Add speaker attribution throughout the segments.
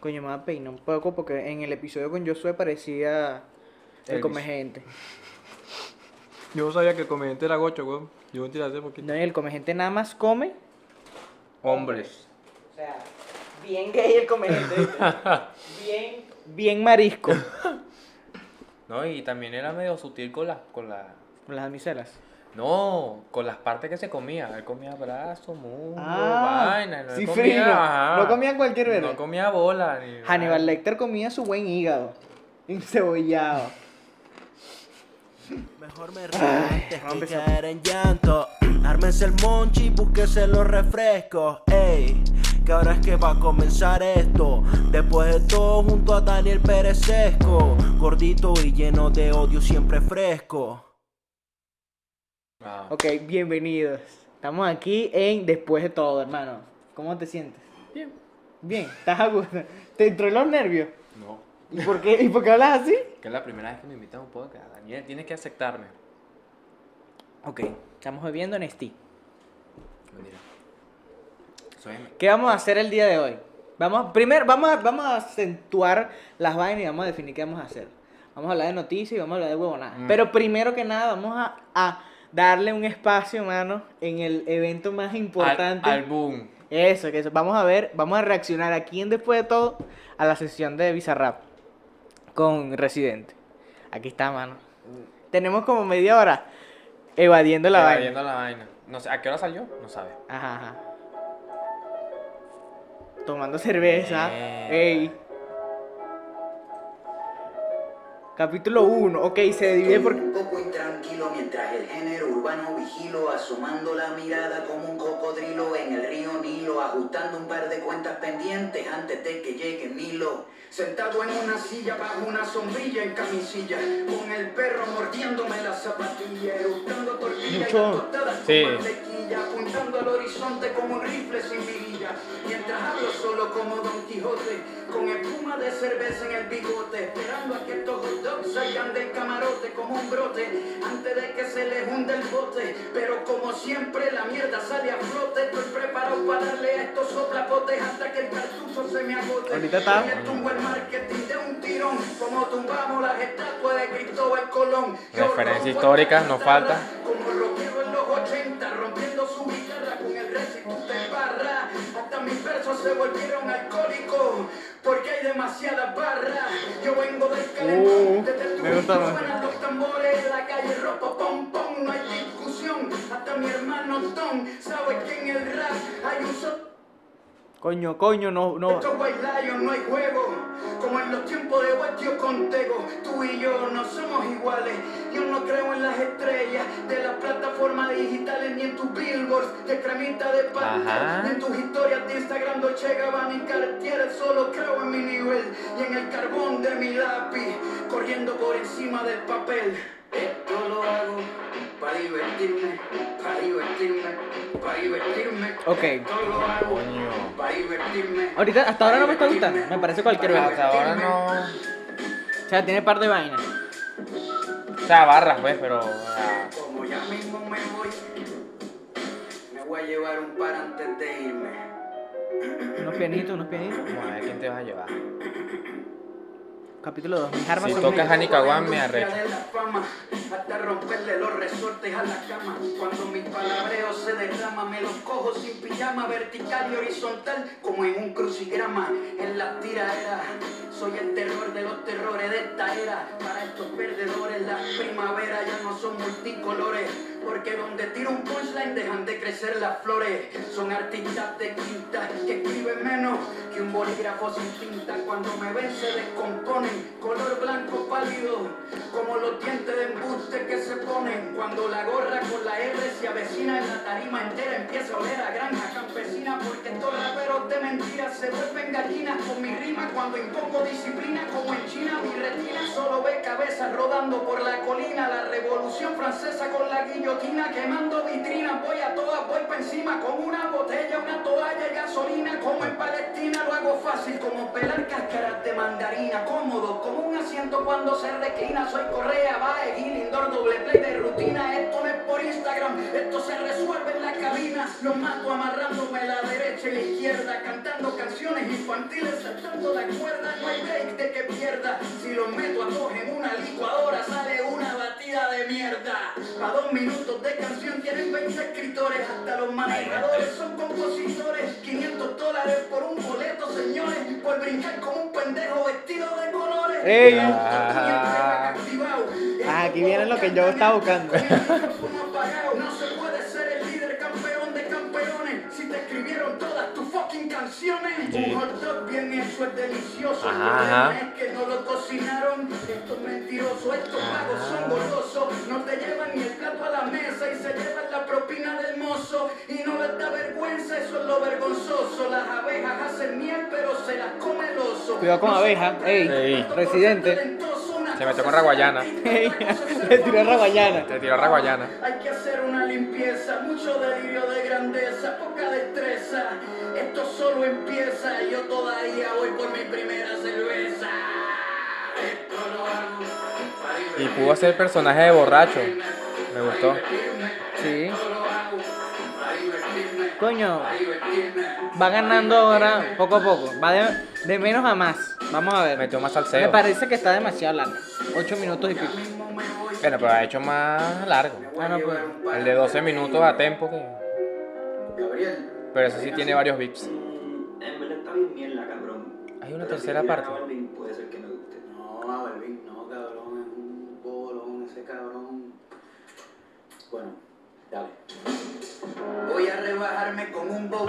Speaker 1: Coño, me va a peinar un poco porque en el episodio con Josué parecía el
Speaker 2: Elvis.
Speaker 1: come gente.
Speaker 2: Yo no sabía que el comediante era gocho, weón. Yo me enteré hace poquito.
Speaker 1: No, y el come gente nada más come.
Speaker 2: Hombres.
Speaker 1: O sea, bien gay el come gente. bien, bien marisco.
Speaker 3: No, y también era medio sutil con la, con la.
Speaker 1: Con las damiselas.
Speaker 3: No, con las partes que se comía. Él comía brazo, muslo,
Speaker 1: Ah,
Speaker 3: vaina. No él
Speaker 1: sí,
Speaker 3: comía,
Speaker 1: frino.
Speaker 3: ajá.
Speaker 1: No comía cualquier verga.
Speaker 3: No comía bola. Ni
Speaker 1: Hannibal Lecter comía su buen hígado. Encebollado.
Speaker 4: Mejor me río antes que caer en llanto. Ármense el monchi, búsquese los refrescos. Ey, que ahora es que va a comenzar esto. Después de todo, junto a Daniel Pérez Sesco. Gordito y lleno de odio, siempre fresco.
Speaker 3: Ah,
Speaker 1: Ok, bienvenidos. Estamos aquí en Después de todo, hermano. ¿Cómo te sientes?
Speaker 3: Bien.
Speaker 1: Bien, estás a gusto. ¿Te entró los nervios?
Speaker 3: No.
Speaker 1: ¿Y por qué, ¿y por qué hablas así?
Speaker 3: Que es la primera vez que me invitan a un podcast. Daniel, tienes que aceptarme.
Speaker 1: Ok, estamos bebiendo Nestí.
Speaker 3: Mentira. Soy M.
Speaker 1: ¿Qué vamos a hacer el día de hoy? Vamos, primero, vamos a, vamos a acentuar las vainas y vamos a definir qué vamos a hacer. Vamos a hablar de noticias y vamos a hablar de huevonadas. Pero primero que nada, vamos a, a darle un espacio, hermano, en el evento más importante.
Speaker 3: Al, al boom.
Speaker 1: Eso, que eso. Vamos a ver, vamos a reaccionar aquí en Después de Todo a la sesión de Bizarrap con Residente. Aquí está, mano. Tenemos como media hora evadiendo la
Speaker 3: Estaba
Speaker 1: vaina. Ah,
Speaker 3: viendo la vaina. No sé, ¿a qué hora salió? No sabe.
Speaker 1: Ajá, ajá. Tomando cerveza.
Speaker 3: Mierda.
Speaker 1: Ey. Capítulo 1. Ok, se divide por...
Speaker 5: Estoy un poco intranquilo mientras el género urbano vigilo asomando la mirada como un cocodrilo en el río Nilo ajustando un par de cuentas pendientes antes de que llegue Milo sentado en una silla bajo una sombrilla en camisilla con el perro mordiéndome la zapatilla eructando tortillas
Speaker 1: Mucho.
Speaker 5: tostadas
Speaker 3: Sí.
Speaker 5: con mantequilla apuntando al horizonte como un rifle sin mirilla mientras hablo solo como Don Quijote con espuma de cerveza en el bigote esperando a que estos hot dogs salgan del camarote como un brote antes de que se les hunda el bote pero como siempre la mierda sale a flote estoy preparado para darle a estos soplapotes hasta que el cartucho se me agote
Speaker 1: Ahorita está.
Speaker 5: Hoy le tumbo el marketing de un tirón como tumbamos las estatuas de Cristóbal Colón Yo
Speaker 3: Referencia
Speaker 5: rompo
Speaker 3: histórica,
Speaker 5: la
Speaker 3: no
Speaker 5: guitarra
Speaker 3: falta.
Speaker 5: como rockero en los 80, rompiendo su guitarra con el récito de barra. Hasta mis versos se volvieron alcohólicos, porque hay demasiadas barras. Yo vengo del calentón,
Speaker 1: Uh,
Speaker 5: desde
Speaker 1: me gusta
Speaker 5: Trujillo
Speaker 1: más.
Speaker 5: suenan los tambores, la calle ropa pom pom, no hay discusión. Hasta mi hermano Tom sabe que en el rap hay un solo...
Speaker 1: Coño, coño, no, no.
Speaker 5: Estos white lions no hay juego, como en los tiempos de Guatio Contego. Tú y yo no somos iguales. Yo no creo en las estrellas de las plataformas digitales, ni en tus billboards de cremita de
Speaker 3: Ajá.
Speaker 5: pasta, ni en tus historias de Instagram, Dolce Gabbana y Cartier. Solo creo en mi nivel y en el carbón de mi lápiz, corriendo por encima del papel. Esto lo hago para divertirme, para divertirme, para divertirme.
Speaker 1: Ok.
Speaker 5: Esto lo hago
Speaker 3: Coño.
Speaker 5: para divertirme.
Speaker 1: Ahorita, hasta ahora no me está gustando. Me parece cualquier
Speaker 3: Pero
Speaker 1: verga.
Speaker 3: hasta ahora no.
Speaker 1: O sea, tiene par de vainas.
Speaker 3: O sea, barras, pues, pero. ah,
Speaker 5: Como ya mismo me voy, me voy a llevar un par antes de irme.
Speaker 1: Unos pianitos, unos pianitos.
Speaker 3: Vamos a ver quién te vas a llevar.
Speaker 1: Capítulo 2. Mis armas
Speaker 3: Si
Speaker 1: son
Speaker 3: toca
Speaker 1: mías.
Speaker 3: Hany Caguán, me arrecho.
Speaker 5: De la fama, hasta romperle los resortes a la cama. Cuando mi palabreo se derrama, me los cojo sin pijama, vertical y horizontal, como en un crucigrama. En la tiraderas, soy el terror de los terrores de esta era. Para estos perdedores, la primavera ya no son multicolores. Porque donde tiro un punchline dejan de crecer las flores. Son artistas de quinta que escriben menos que un bolígrafo sin tinta. Cuando me ven se descomponen, color blanco pálido, como los dientes de embuste que se ponen. Cuando la gorra con la R se avecina en la tarima entera, empieza a oler a granja campesina. Porque estos raperos de mentiras se vuelven gallinas con mi rima. Cuando impongo disciplina, como en China, mi retina solo ve cabezas rodando por la colina. La revolución francesa con la guillotina, quemando vitrinas. Voy a todas, voy para encima con una botella, una toalla y gasolina. Como en Palestina lo hago fácil, como pelar cáscaras arte mandarina, cómodo como un asiento cuando se reclina. Soy Correa, Bae, Gilindor, doble play de rutina. Esto no es por Instagram, esto se resuelve en la cabina. Los mato amarrándome la derecha y la izquierda, cantando canciones infantiles, saltando la cuerda. No hay break de que pierda. Si los meto a todos en una licuadora, sale una batida de mierda. A dos minutos de canción tienen 20 escritores, hasta los manejadores son compositores. 500 dólares por un boleto, señores, por brincar con un pendejo vestido de colores.
Speaker 1: Ey.
Speaker 5: Me gusta que ya tengan activado.
Speaker 1: Ah, aquí viene lo que yo estaba buscando.
Speaker 5: Con el micrófono apagado, No se puede ser el líder campeón de campeones si te escribieron todas tus fucking canciones.
Speaker 3: Sí.
Speaker 5: Un hot dog bien eso es delicioso.
Speaker 3: Ajá,
Speaker 5: El problema
Speaker 3: ajá.
Speaker 5: es que no lo cocinaron. Esto es mentiroso, estos pagos son golosos. No te llevan ni el plato a la mesa y se llevan la propina del mozo. Y no les da vergüenza, eso es lo vergonzoso. Las abejas hacen miel, pero se las come el oso.
Speaker 1: Cuidado con
Speaker 5: No se
Speaker 1: abeja,
Speaker 5: compran
Speaker 1: ey,
Speaker 5: el plato
Speaker 1: residente.
Speaker 5: por ser talentoso, una
Speaker 3: Se metió
Speaker 5: cosa
Speaker 3: con raguayana.
Speaker 5: es ser
Speaker 1: Ey,
Speaker 5: artista, otra cosa es
Speaker 1: Le
Speaker 5: ser
Speaker 1: tiró raguayana.
Speaker 3: Te tiró raguayana.
Speaker 5: hay que hacer una limpieza, mucho delirio de grandeza, poca destreza. Esto solo empieza, yo todavía voy por mi primera cerveza. Esto lo hago para
Speaker 3: Y pudo hacer personaje de borracho. Me gustó.
Speaker 1: Sí.
Speaker 5: lo hago para divertirme,
Speaker 1: Coño,
Speaker 5: para divertirme.
Speaker 1: va ganando ahora poco a poco. Va de, de menos a más. Vamos a ver.
Speaker 3: Metió más
Speaker 1: Me
Speaker 3: salseo.
Speaker 1: parece que está demasiado largo. 8 minutos y pico.
Speaker 5: Mismo me voy,
Speaker 3: Bueno, pero ha hecho más largo.
Speaker 1: Ah, no, pues.
Speaker 3: El de 12 minutos a tempo. que-
Speaker 5: Gabriel.
Speaker 3: Pero ese sí tiene varios vips.
Speaker 6: Mm, En verdad está bien mierda, cabrón.
Speaker 3: Hay una
Speaker 6: Pero
Speaker 3: tercera
Speaker 6: si tuviera
Speaker 3: parte.
Speaker 6: a Balvin, puede ser que me guste.
Speaker 5: No, a Balvin, no, cabrón, es un bolón, ese cabrón. Bueno, dale. Voy a rebajarme con un bobo.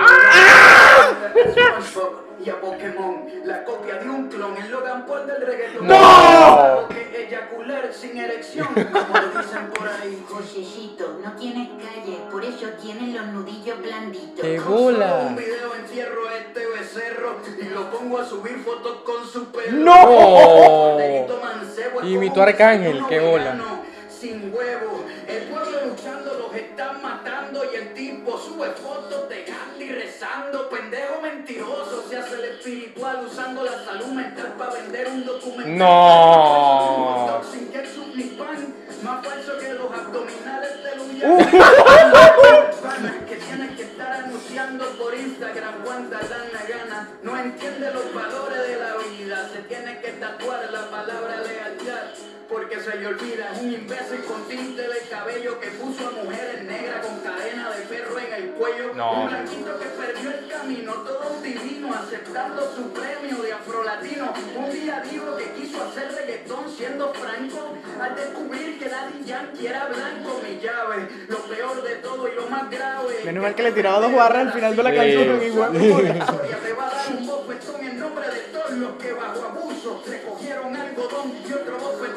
Speaker 5: Y a Pokémon, la copia de un clon, el Logan Paul del reggaetón. ¡No! Que eyacular sin erección, como lo dicen por ahí.
Speaker 7: Joyecito, no tienes calle, por eso tienes los nudillos blanditos.
Speaker 3: ¡Qué
Speaker 5: Con solo
Speaker 3: bola!
Speaker 5: Un video encierro a este becerro y lo pongo a subir fotos con su pelo.
Speaker 3: ¡No!
Speaker 5: Corderito mancebo es
Speaker 3: Imitó
Speaker 5: como un
Speaker 3: a Arcángel, qué
Speaker 5: desayuno
Speaker 3: bola.
Speaker 5: vegano, Sin huevo, el pueblo luchando los están matando y el tipo sube fotos de Gandhi rezando. Pendejo mentiroso, se hace el espiritual usando la salud mental para vender un documental.
Speaker 3: ¡No!
Speaker 5: Sin queso ni pan, más falso que los abdominales de un Panas que tienes que estar anunciando por Instagram cuántas lana gana. No entiende los valores de la vida. Se tiene que tatuar la palabra lealtad. Porque se le olvida es un imbécil con tinte de cabello que puso a mujeres negras con cadena de perro en el cuello.
Speaker 3: No.
Speaker 5: Un blanquito que perdió el camino, todo un divino, aceptando su premio de afrolatino. Un día digo que quiso hacer reggaetón siendo franco. Al descubrir que Daddy Yankee era blanco, mi llave. Lo peor de todo y lo más grave.
Speaker 1: Menos mal que le tiraba dos barras al final de la canción. igual.
Speaker 5: Le va a dar un bofetón en nombre de todos los que bajo abuso recogieron algodón y otro bofetón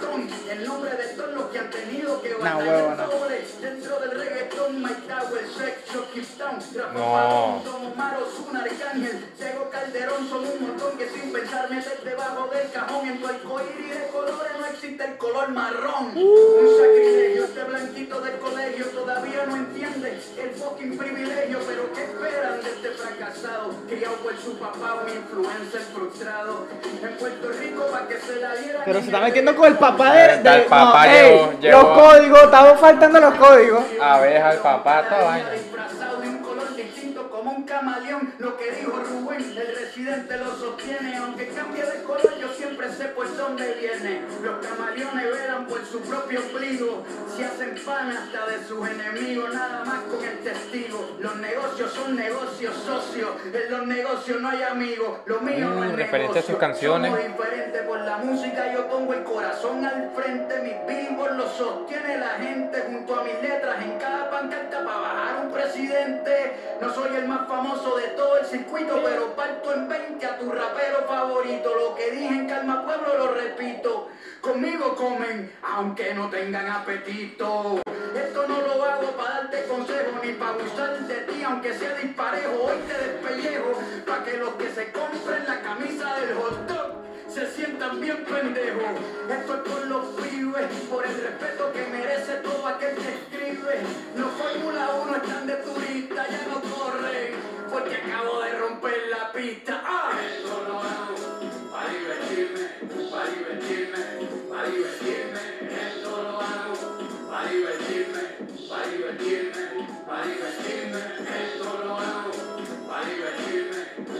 Speaker 5: en nombre de todos los que han tenido que batallar
Speaker 1: huevona.
Speaker 5: doble dentro del reggaetón Mike Tower, Sex, Shocky Town, Rafa
Speaker 3: No.
Speaker 5: Marón, Don Omar, Ozuna, Arcángel, Tego Calderón son un montón que sin pensar metes debajo del cajón en tu arcoíris de colores no existe el color marrón
Speaker 1: Uh.
Speaker 5: un sacrilegio este blanquito del colegio todavía no entiende el fucking privilegio pero qué esperan de este fracasado criado por su papá un influencer frustrado en Puerto Rico para que se la dieran
Speaker 1: Pero se está
Speaker 5: en el-
Speaker 1: metiendo con el papá de.
Speaker 3: Está el
Speaker 1: de-
Speaker 3: papá,
Speaker 1: no, ey,
Speaker 3: llegó, llegó.
Speaker 1: Los códigos, estamos faltando los códigos.
Speaker 3: Abeja, el papá, toda vaina.
Speaker 5: Disfrazado de un color distinto como un camaleón, lo que dijo Rubén, el residente lo sostiene, aunque cambie de color yo siempre sé por dónde viene. Los camaleones velan por su propio pliego, se hacen pan hasta de sus enemigos, nada más con el testigo. Los negocios son negocios socios, en los negocios no hay amigos, lo mío no es
Speaker 3: Mm, referente a sus
Speaker 5: negocio,
Speaker 3: canciones.
Speaker 5: somos diferente por la música yo pongo el corazón al frente mis billboards los sostiene la gente junto a mis letras en cada pancarta para bajar un presidente no soy el más famoso de todo el circuito pero parto en 20 a tu rapero favorito lo que dije en Calma Pueblo lo repito conmigo comen aunque no tengan apetito esto no lo hago para darte consejo ni para abusar de ti, aunque sea disparejo. Hoy te despellejo para que los que se compren la camisa del hot dog se sientan bien pendejos. Esto es por los pibes, por el respeto que merece todo aquel que escribe. Los Fórmula 1 están de turista, ya no corren, porque acabo de romper la pista. ¡Ah! Esto lo hago para divertirme.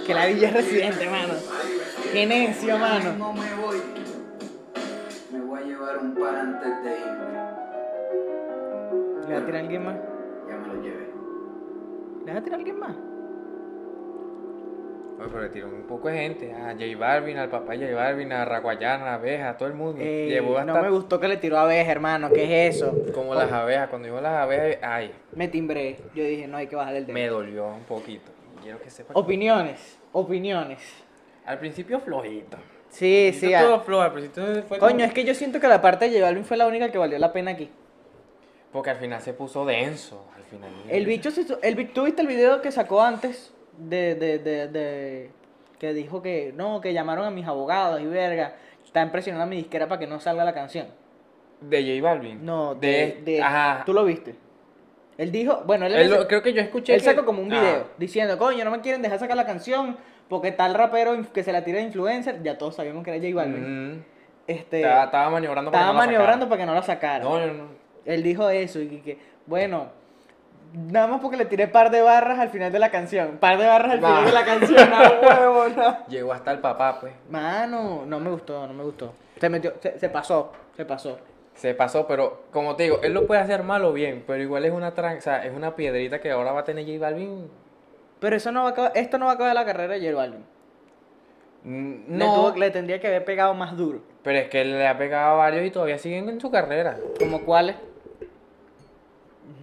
Speaker 1: Que la villa es residente, mano. Qué necio, mano.
Speaker 5: No me voy. Me voy a llevar un par antes de irme.
Speaker 1: ¿Le va a tirar alguien más?
Speaker 5: Ya me lo llevé.
Speaker 1: ¿Le va a tirar alguien más?
Speaker 3: Oye, pero le tiró un poco de gente. A J Balvin, al papá de J Balvin, a Raguayana, a Abeja, a todo el mundo.
Speaker 1: Eh,
Speaker 3: Llevó hasta
Speaker 1: No me gustó que le tiró abejas, hermano. ¿Qué es eso?
Speaker 3: como las abejas. Cuando dijo las abejas, ay,
Speaker 1: Me timbré. Yo dije, no hay que bajar el dedo.
Speaker 3: me dolió un poquito. Quiero que sepa.
Speaker 1: Opiniones. Opiniones.
Speaker 3: Al principio flojito.
Speaker 1: Sí, sí.
Speaker 3: Sí,
Speaker 1: ah.
Speaker 3: todo flojo, al principio fue
Speaker 1: Coño,
Speaker 3: como-
Speaker 1: es que yo siento que la parte de J Balvin fue la única que valió la pena aquí.
Speaker 3: Porque al final se puso denso. Al final.
Speaker 1: El bicho se hizo- el, bi- ¿Tú viste el video que sacó antes de, de, de, de- que dijo que no, que llamaron a mis abogados y verga? Están presionando a mi disquera para que no salga la canción.
Speaker 3: De J Balvin.
Speaker 1: No, de, de,
Speaker 3: Ajá.
Speaker 1: tú lo viste. Él dijo, bueno, él,
Speaker 3: Él lo- creo que yo escuché.
Speaker 1: él
Speaker 3: que-
Speaker 1: sacó como un
Speaker 3: Ah,
Speaker 1: video diciendo, coño, no me quieren dejar sacar la canción porque tal rapero inf- que se la tira de influencer, ya todos sabíamos que era J Balvin.
Speaker 3: ujú.
Speaker 1: Este,
Speaker 3: Mm. Estaba,
Speaker 1: estaba,
Speaker 3: estaba maniobrando. para que no la
Speaker 1: maniobrando
Speaker 3: sacara.
Speaker 1: para que no la sacara.
Speaker 3: No, no, no.
Speaker 1: Él dijo eso y que, bueno, nada más porque le tiré par de barras al final de la canción. Par de barras al
Speaker 3: Nah.
Speaker 1: final de la canción, a huevo, no.
Speaker 3: Llegó hasta el papá, pues.
Speaker 1: Mano, no me gustó, no me gustó. Se metió, se, se pasó, se pasó.
Speaker 3: Se pasó, pero como te digo, él lo puede hacer mal o bien, pero igual es una tran- o sea, es una piedrita que ahora va a tener J Balvin.
Speaker 1: Pero eso no va a acabar- esto no va a acabar la carrera de J Balvin.
Speaker 3: Mm,
Speaker 1: Le,
Speaker 3: No,
Speaker 1: tuvo- le tendría que haber pegado más duro.
Speaker 3: pero es que le ha pegado a varios y todavía siguen en su carrera.
Speaker 1: ¿Como cuáles?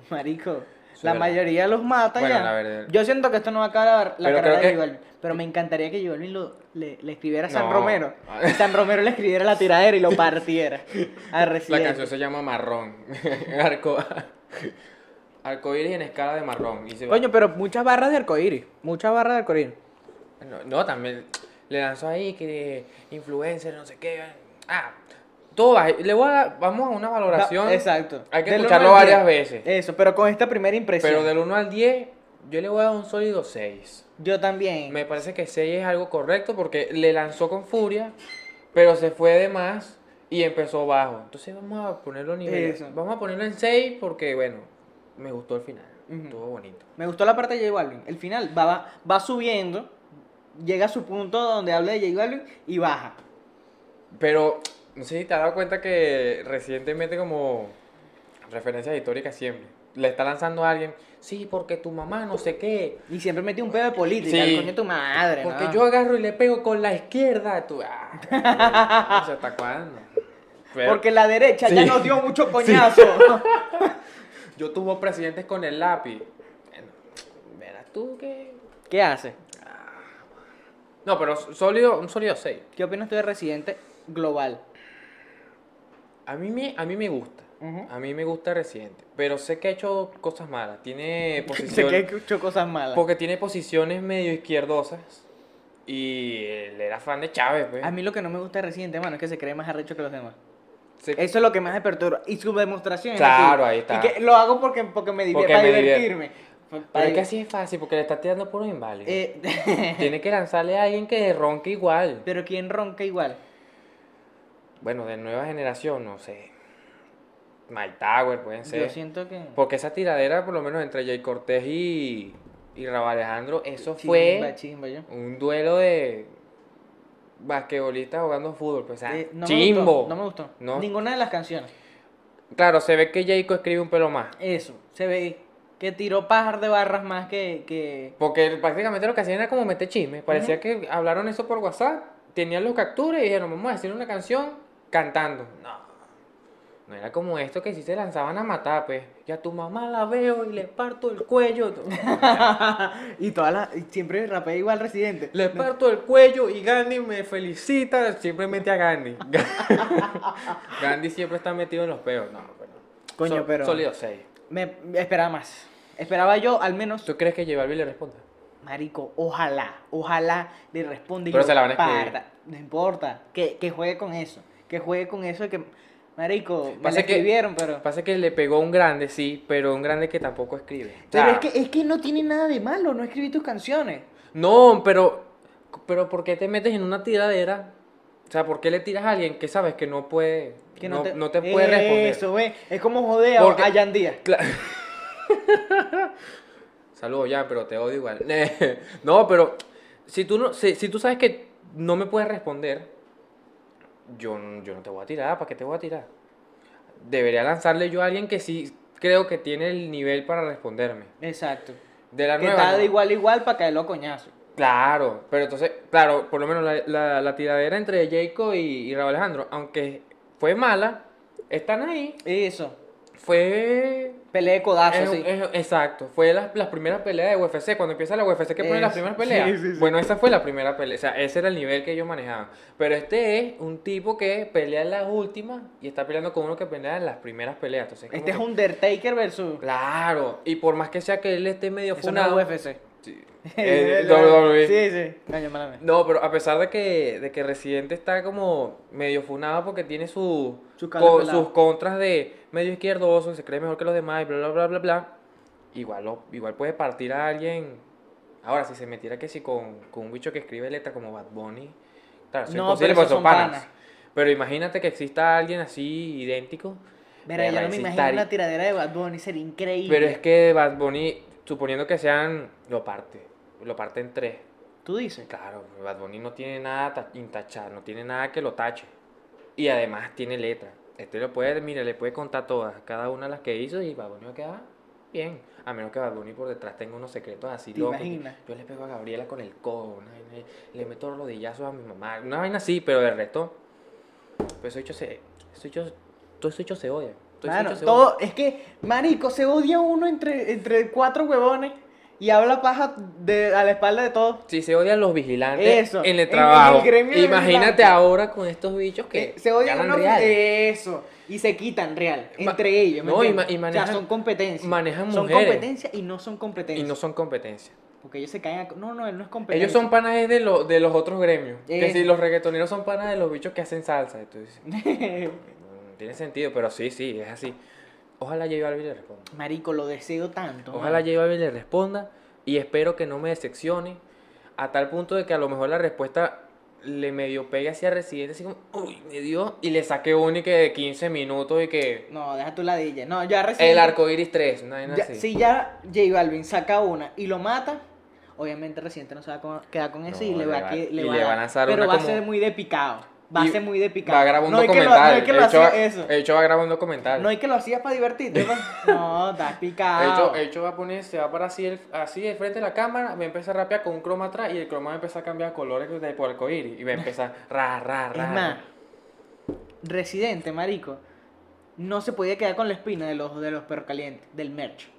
Speaker 1: Marico.
Speaker 3: Sí,
Speaker 1: La
Speaker 3: verdad.
Speaker 1: mayoría los mata
Speaker 3: Bueno,
Speaker 1: ya.
Speaker 3: la verdad.
Speaker 1: Yo siento que esto no va a acabar la
Speaker 3: Pero
Speaker 1: carrera de
Speaker 3: creo que-
Speaker 1: J Balvin. Pero me encantaría que J Balvin lo- le, le escribiera a San
Speaker 3: No.
Speaker 1: Romero. Y San Romero le escribiera la tiradera y lo partiera. A
Speaker 3: La
Speaker 1: Residente.
Speaker 3: canción se llama Marrón. Arco Arcoíris en escala de marrón. y se va-
Speaker 1: Coño, pero muchas barras de arcoíris. Muchas barras de arcoíris.
Speaker 3: No, no, también le lanzó ahí que influencer, no sé qué. Ah, todas. Le voy a dar- vamos a una valoración.
Speaker 1: Va- Exacto.
Speaker 3: Hay que
Speaker 1: Del uno
Speaker 3: escucharlo
Speaker 1: al
Speaker 3: varias
Speaker 1: diez.
Speaker 3: veces.
Speaker 1: Eso, pero con esta primera impresión.
Speaker 3: Pero del 1 al 10, yo le voy a dar un sólido 6.
Speaker 1: Yo también.
Speaker 3: Me parece que 6 es algo correcto porque le lanzó con furia, pero se fue de más y empezó bajo. Entonces vamos a ponerlo nivel.
Speaker 1: Eso.
Speaker 3: Vamos a ponerlo en 6 porque, bueno, me gustó el final.
Speaker 1: Ujú.
Speaker 3: Estuvo bonito.
Speaker 1: Me gustó la parte de J Balvin. El final va, va, va subiendo, llega a su punto donde habla de J Balvin y baja.
Speaker 3: Pero, no sé si te has dado cuenta que recientemente como referencias históricas siempre. Le está lanzando a alguien, sí, porque tu mamá no sé qué.
Speaker 1: Y siempre metí un pedo de política,
Speaker 3: Sí.
Speaker 1: el coño de tu madre.
Speaker 3: Porque
Speaker 1: ¿no?
Speaker 3: yo agarro y le pego con la izquierda. Tú, ah, no sé hasta cuándo. Pero
Speaker 1: Porque la derecha ya
Speaker 3: Sí.
Speaker 1: nos dio mucho coñazo.
Speaker 3: yo tuvo presidentes con el lápiz. Bueno, verás tú que.
Speaker 1: ¿Qué hace?
Speaker 3: No, pero sólido, un sólido 6.
Speaker 1: ¿Qué opinas tú de Residente Global?
Speaker 3: A mí me, a mí me gusta.
Speaker 1: Ujú.
Speaker 3: A mí me gusta Residente, pero sé que ha hecho cosas malas. Tiene
Speaker 1: Sé que
Speaker 3: posiciones,
Speaker 1: escuchó cosas malas.
Speaker 3: porque tiene posiciones medio izquierdosas y él era fan de Chávez, pues.
Speaker 1: A mí lo que no me gusta de Residente, mano, es que se cree más arrecho que los demás.
Speaker 3: Se-
Speaker 1: Eso es lo que más me perturba. Y su demostración. es
Speaker 3: Claro,
Speaker 1: así.
Speaker 3: ahí está.
Speaker 1: Y que lo hago porque, porque me divierte,
Speaker 3: Porque
Speaker 1: para
Speaker 3: me divier-
Speaker 1: divertirme.
Speaker 3: pero es que así es fácil porque le está tirando puro inválido.
Speaker 1: Eh,
Speaker 3: Tiene que lanzarle a alguien que ronque igual.
Speaker 1: Pero ¿quién ronca igual?
Speaker 3: Bueno, de nueva generación, no sé. My Tower pueden ser.
Speaker 1: Yo siento que...
Speaker 3: Porque esa tiradera, por lo menos entre Jay Cortés y, y Raúl Alejandro, eso
Speaker 1: Chimba,
Speaker 3: fue
Speaker 1: chimba, yo.
Speaker 3: un duelo de basquetbolistas jugando fútbol. Pues, o sea,
Speaker 1: Eh, no
Speaker 3: chimbo.
Speaker 1: Me gustó, no me gustó.
Speaker 3: No.
Speaker 1: Ninguna de las canciones.
Speaker 3: Claro, se ve que Jayco escribe un pelo más.
Speaker 1: Eso, se ve que tiró pájar de barras más que... que...
Speaker 3: Porque él prácticamente lo que hacían era como meter chismes. Parecía que hablaron eso por WhatsApp, tenían los capturas y dijeron, vamos a decir una canción cantando. No. No era como esto que si se lanzaban a matar, pues. Y a tu mamá la veo y le parto el cuello.
Speaker 1: y todas las... y Siempre rapea igual Residente.
Speaker 3: Le parto el cuello y Gandhi me felicita. Simplemente a Gandhi. Gandhi siempre está metido en los peos. No, pero.
Speaker 1: Coño,
Speaker 3: Sol-
Speaker 1: pero-
Speaker 3: Sólido 6.
Speaker 1: Me me esperaba más. Esperaba yo al menos...
Speaker 3: ¿Tú crees que J Balvin le responda?
Speaker 1: Marico, ojalá, ojalá le responda y
Speaker 3: Pero
Speaker 1: lo
Speaker 3: se la van a escribir.
Speaker 1: parta. No importa, que, que juegue con eso. Que juegue con eso y que... Marico, me la
Speaker 3: Pasa que-
Speaker 1: escribieron, pero...
Speaker 3: Lo que pasa es que le pegó un grande, sí, pero un grande que tampoco escribe. Ah. O
Speaker 1: Pero
Speaker 3: sea,
Speaker 1: es que, es que no tiene nada de malo no escribí tus canciones.
Speaker 3: No, pero, pero ¿por qué te metes en una tiradera? O sea, ¿por qué le tiras a alguien que sabes que no puede,
Speaker 1: Que
Speaker 3: no,
Speaker 1: no, te,
Speaker 3: no te puede responder?
Speaker 1: Eso, ve. Es como joder a-
Speaker 3: Porque-
Speaker 1: a Yandía.
Speaker 3: Cla- Saludos, ya, pero te odio igual. no, pero si tú, no, si, si tú sabes que no me puedes responder, yo, n- yo no te voy a tirar. ¿Para qué te voy a tirar? Debería lanzarle yo a alguien que sí creo que tiene el nivel para responderme.
Speaker 1: Exacto.
Speaker 3: De la
Speaker 1: Que
Speaker 3: nueva,
Speaker 1: está de
Speaker 3: no.
Speaker 1: igual a igual para caerlo a coñazo.
Speaker 3: Claro, pero entonces, claro, por lo menos la, la- la tiradera entre Jacob y, y Raúl Alejandro, aunque fue mala, están ahí.
Speaker 1: Eso.
Speaker 3: Fue.
Speaker 1: Pelea de codazo,
Speaker 3: es-
Speaker 1: Ah, sí.
Speaker 3: es- exacto, fue las, las primeras peleas de UFC. Cuando empieza la UFC, que ponen las
Speaker 1: Es-
Speaker 3: primeras peleas.
Speaker 1: sí, sí, sí.
Speaker 3: Bueno, esa fue la primera pelea. O sea, ese era el nivel que ellos manejaban. Pero este es un tipo que pelea en las últimas y está peleando con uno que pelea en las primeras peleas. Entonces, como
Speaker 1: Este es
Speaker 3: que-
Speaker 1: Undertaker versus.
Speaker 3: Claro, y por más que sea que él esté medio
Speaker 1: Eso no es
Speaker 3: funado.
Speaker 1: UFC.
Speaker 3: sí, eh, WWE.
Speaker 1: Sí, sí. Coño, mala mía.
Speaker 3: No, pero a pesar de que, de que Residente está como medio funado porque tiene su-
Speaker 1: Sus cables
Speaker 3: con-
Speaker 1: pelados.
Speaker 3: sus contras de medio izquierdoso, que se cree mejor que los demás y bla, bla, bla, bla, bla, igual, lo- igual puede partir a alguien. Ahora, si se metiera que si con, con un bicho que escribe letras como Bad Bunny, claro, eso es
Speaker 1: No,
Speaker 3: imposible
Speaker 1: pero
Speaker 3: porque
Speaker 1: esos
Speaker 3: son
Speaker 1: son
Speaker 3: panas.
Speaker 1: panas.
Speaker 3: Pero imagínate que exista alguien así idéntico.
Speaker 1: Verá, yo
Speaker 3: Verga,
Speaker 1: no me
Speaker 3: ese
Speaker 1: imagino
Speaker 3: estaría-
Speaker 1: una tiradera de Bad Bunny, sería increíble.
Speaker 3: Pero es que Bad Bunny, suponiendo que sean, lo parte, lo parte en tres.
Speaker 1: Tú dices.
Speaker 3: Claro, Bad Bunny no tiene nada ta- intachable, no tiene nada que lo tache. Y además tiene letra. Este lo puede, mira, le puede contar todas, cada una de las que hizo y Bad Bunny va a quedar bien. A menos que Bad Bunny por detrás tenga unos secretos así
Speaker 1: ¿Te
Speaker 3: locos. que
Speaker 1: imaginas?
Speaker 3: Yo le pego a Gabriela con el codo, una vaina, le meto rodillazos a mi mamá, una vaina así, pero del resto, pues eso hecho se, eso hecho, todo eso hecho se odia. Todo eso
Speaker 1: Claro,
Speaker 3: hecho se
Speaker 1: todo,
Speaker 3: odia.
Speaker 1: es que, marico, se odia uno entre, entre cuatro huevones y habla paja de, a la espalda de todos.
Speaker 3: Si se odian los vigilantes
Speaker 1: Eso,
Speaker 3: en
Speaker 1: en- en
Speaker 3: el
Speaker 1: el
Speaker 3: trabajo,
Speaker 1: gremio de
Speaker 3: imagínate
Speaker 1: vigilantes.
Speaker 3: ahora con estos bichos que
Speaker 1: Eh, se odian
Speaker 3: ganan
Speaker 1: uno
Speaker 3: real.
Speaker 1: eso y se quitan real
Speaker 3: Ma-
Speaker 1: entre ellos. ¿me
Speaker 3: no, y
Speaker 1: entiendes?
Speaker 3: ma- y
Speaker 1: o
Speaker 3: manejan-
Speaker 1: sea, son competencias.
Speaker 3: manejan
Speaker 1: son
Speaker 3: mujeres.
Speaker 1: competencias y no son competencias.
Speaker 3: Y no son competencia.
Speaker 1: Porque ellos se caen a... No, no, él no es competencia.
Speaker 3: Ellos son panas es de, lo- de los otros gremios. Que
Speaker 1: Pues Eh.
Speaker 3: si los reggaetoneros son panas de los bichos que hacen salsa. Entonces, mm, tiene sentido, pero sí, sí, es así. Ojalá J Balvin le responda.
Speaker 1: Marico, lo deseo tanto.
Speaker 3: Ojalá
Speaker 1: mano.
Speaker 3: J Balvin le responda y espero que no me decepcione a tal punto de que a lo mejor la respuesta le medio pegue hacia Residente así como, uy, me dio, y le saque un y que de 15 minutos y que
Speaker 1: No, deja tu ladilla. No, ya recién...
Speaker 3: el arco iris 3, una vaina
Speaker 1: Ya-
Speaker 3: así.
Speaker 1: Si ya J Balvin saca una y lo mata, obviamente Residente no se va a co- quedar con eso
Speaker 3: No,
Speaker 1: y le
Speaker 3: le
Speaker 1: va,
Speaker 3: va-
Speaker 1: a que- le
Speaker 3: y
Speaker 1: va
Speaker 3: le
Speaker 1: a
Speaker 3: van a
Speaker 1: dar.
Speaker 3: lanzar
Speaker 1: Pero
Speaker 3: una
Speaker 1: va
Speaker 3: como-
Speaker 1: a ser muy de picado. Va a
Speaker 3: Y
Speaker 1: ser muy de picado.
Speaker 3: Va a grabar un
Speaker 1: no hay que lo, no
Speaker 3: documental.
Speaker 1: hay que lo
Speaker 3: el hecho eh, va-
Speaker 1: hacía eso.
Speaker 3: el hecho va a grabar un documental.
Speaker 1: No hay que lo hacías para divertirte. pa- no, estás
Speaker 3: El
Speaker 1: picado.
Speaker 3: hecho, eh, el hecho va a poner, se va a parar así, el- así de frente de la cámara, va a empezar a rapear con un croma atrás y el croma va a empezar a cambiar colores de por arcoíris y va a empezar ra, ra, ra.
Speaker 1: es más, Residente, marico, no se podía quedar con la espina de los, de los perros calientes, del merch.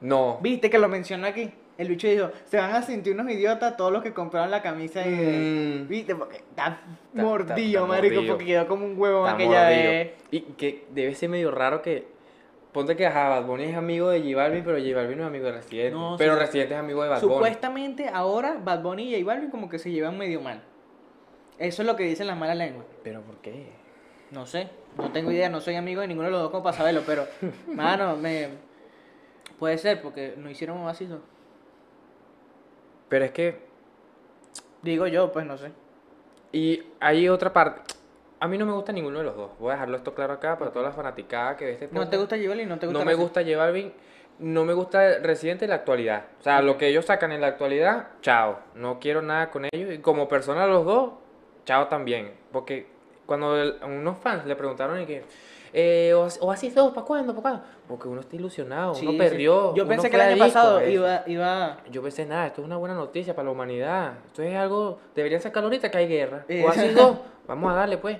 Speaker 3: No.
Speaker 1: ¿Viste que lo mencionó aquí? El bicho dijo, se van a sentir unos idiotas todos los que compraron la camisa de...
Speaker 3: Mm.
Speaker 1: ¿Viste? Porque está
Speaker 3: está-
Speaker 1: mordido,
Speaker 3: está
Speaker 1: marico,
Speaker 3: mordido.
Speaker 1: porque quedó como un huevo
Speaker 3: Está
Speaker 1: aquella
Speaker 3: mordido.
Speaker 1: vez.
Speaker 3: Y que debe ser medio raro que. Ponte que ajá, Bad Bunny es amigo de J Balvin, pero J Balvin no es amigo de Residente.
Speaker 1: No,
Speaker 3: pero
Speaker 1: sí.
Speaker 3: Residente es amigo de Bad Bunny.
Speaker 1: Supuestamente ahora Bad Bunny y J Balvin como que se llevan medio mal. Eso es lo que dicen las malas lenguas.
Speaker 3: Pero ¿por qué?
Speaker 1: No sé, no tengo idea, no soy amigo de ninguno de los dos como para saberlo, pero, mano, me... Puede ser, porque no hicieron un vacío.
Speaker 3: Pero es que.
Speaker 1: Digo yo, pues no sé.
Speaker 3: Y hay otra parte. A mí no me gusta ninguno de los dos. Voy a dejarlo esto claro acá para todas las fanaticadas que ve este
Speaker 1: ¿No
Speaker 3: podcast.
Speaker 1: te gusta J Balvin? ¿No te gusta
Speaker 3: no me
Speaker 1: Residente?
Speaker 3: gusta J Balvin, no me gusta Residente en la actualidad. O sea, lo que ellos sacan en la actualidad, chao. No quiero nada con ellos. Y como persona los dos, chao también. Porque cuando el- unos fans le preguntaron y que... Eh, Oas- Oasis 2, ¿para cuándo? ¿Para cuándo? Porque uno está ilusionado,
Speaker 1: Sí,
Speaker 3: uno
Speaker 1: sí.
Speaker 3: perdió.
Speaker 1: Yo
Speaker 3: uno
Speaker 1: pensé que
Speaker 3: fue
Speaker 1: el año
Speaker 3: adicto a
Speaker 1: pasado
Speaker 3: eso.
Speaker 1: iba, iba...
Speaker 3: Yo pensé, nada, esto es una buena noticia para la humanidad. Esto es algo, deberían sacarlo ahorita que hay guerra.
Speaker 1: Eh.
Speaker 3: O así dos, vamos a darle pues.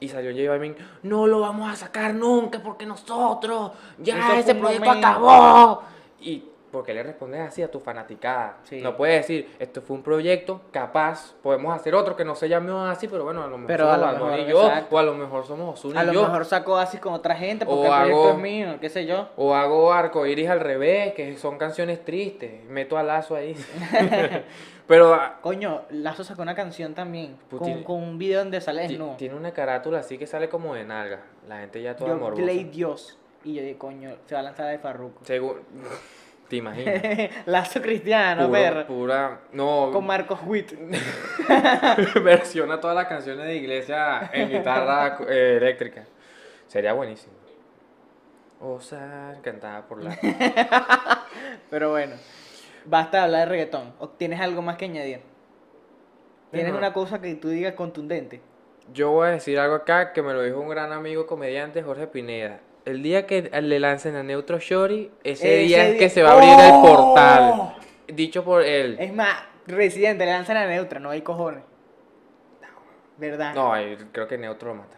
Speaker 3: Y salió J Balvin, no lo vamos a sacar nunca porque nosotros,
Speaker 1: Eso
Speaker 3: ya
Speaker 1: fue
Speaker 3: ese
Speaker 1: un
Speaker 3: proyecto
Speaker 1: momento.
Speaker 3: acabó. Y porque le respondes así a tu fanaticada.
Speaker 1: Sí.
Speaker 3: No puedes decir, esto fue un proyecto, capaz podemos hacer otro que no se llame así, pero bueno, a lo mejor
Speaker 1: Pero
Speaker 3: somos
Speaker 1: a lo
Speaker 3: Bad Bunny
Speaker 1: mejor,
Speaker 3: y yo,
Speaker 1: exacto.
Speaker 3: o a lo mejor somos Ozuna
Speaker 1: A
Speaker 3: y
Speaker 1: lo
Speaker 3: yo.
Speaker 1: mejor sacó así con otra gente
Speaker 3: O
Speaker 1: porque el proyecto
Speaker 3: hago-
Speaker 1: es mío, qué sé yo.
Speaker 3: O hago arcoiris al revés, que son canciones tristes. Meto a Lazo ahí. Pero ah,
Speaker 1: Coño, Lazo sacó una canción también con,
Speaker 3: Putin-
Speaker 1: con un video donde sale
Speaker 3: Pues ti-
Speaker 1: desnudo.
Speaker 3: tiene una carátula así que sale como de nalga. La gente ya toda
Speaker 1: Yo
Speaker 3: morbosa.
Speaker 1: play Dios y yo dije, coño, se va a lanzar de Farruko.
Speaker 3: Según- Te imaginas.
Speaker 1: Lazo Cristiano,
Speaker 3: Puro-
Speaker 1: perro.
Speaker 3: pura. No.
Speaker 1: Con Marcos Witt.
Speaker 3: versiona todas las canciones de iglesia en guitarra eh, eléctrica. Sería buenísimo. Ozar, cantada por la.
Speaker 1: Pero bueno, basta de hablar de reggaetón. ¿O tienes algo más que añadir? ¿Tienes
Speaker 3: Bueno.
Speaker 1: una cosa que tú digas contundente?
Speaker 3: Yo voy a decir algo acá que me lo dijo un gran amigo comediante, Jorge Pineda. El día que le lancen a Neutro Shorty, ese
Speaker 1: Ese
Speaker 3: día es
Speaker 1: día-
Speaker 3: que se va a abrir el
Speaker 1: ¡Oh!
Speaker 3: portal. Dicho por él.
Speaker 1: Es más, residente, le lanzan a neutra, no hay cojones. ¿Verdad?
Speaker 3: No, eh, creo que Neutro lo mata.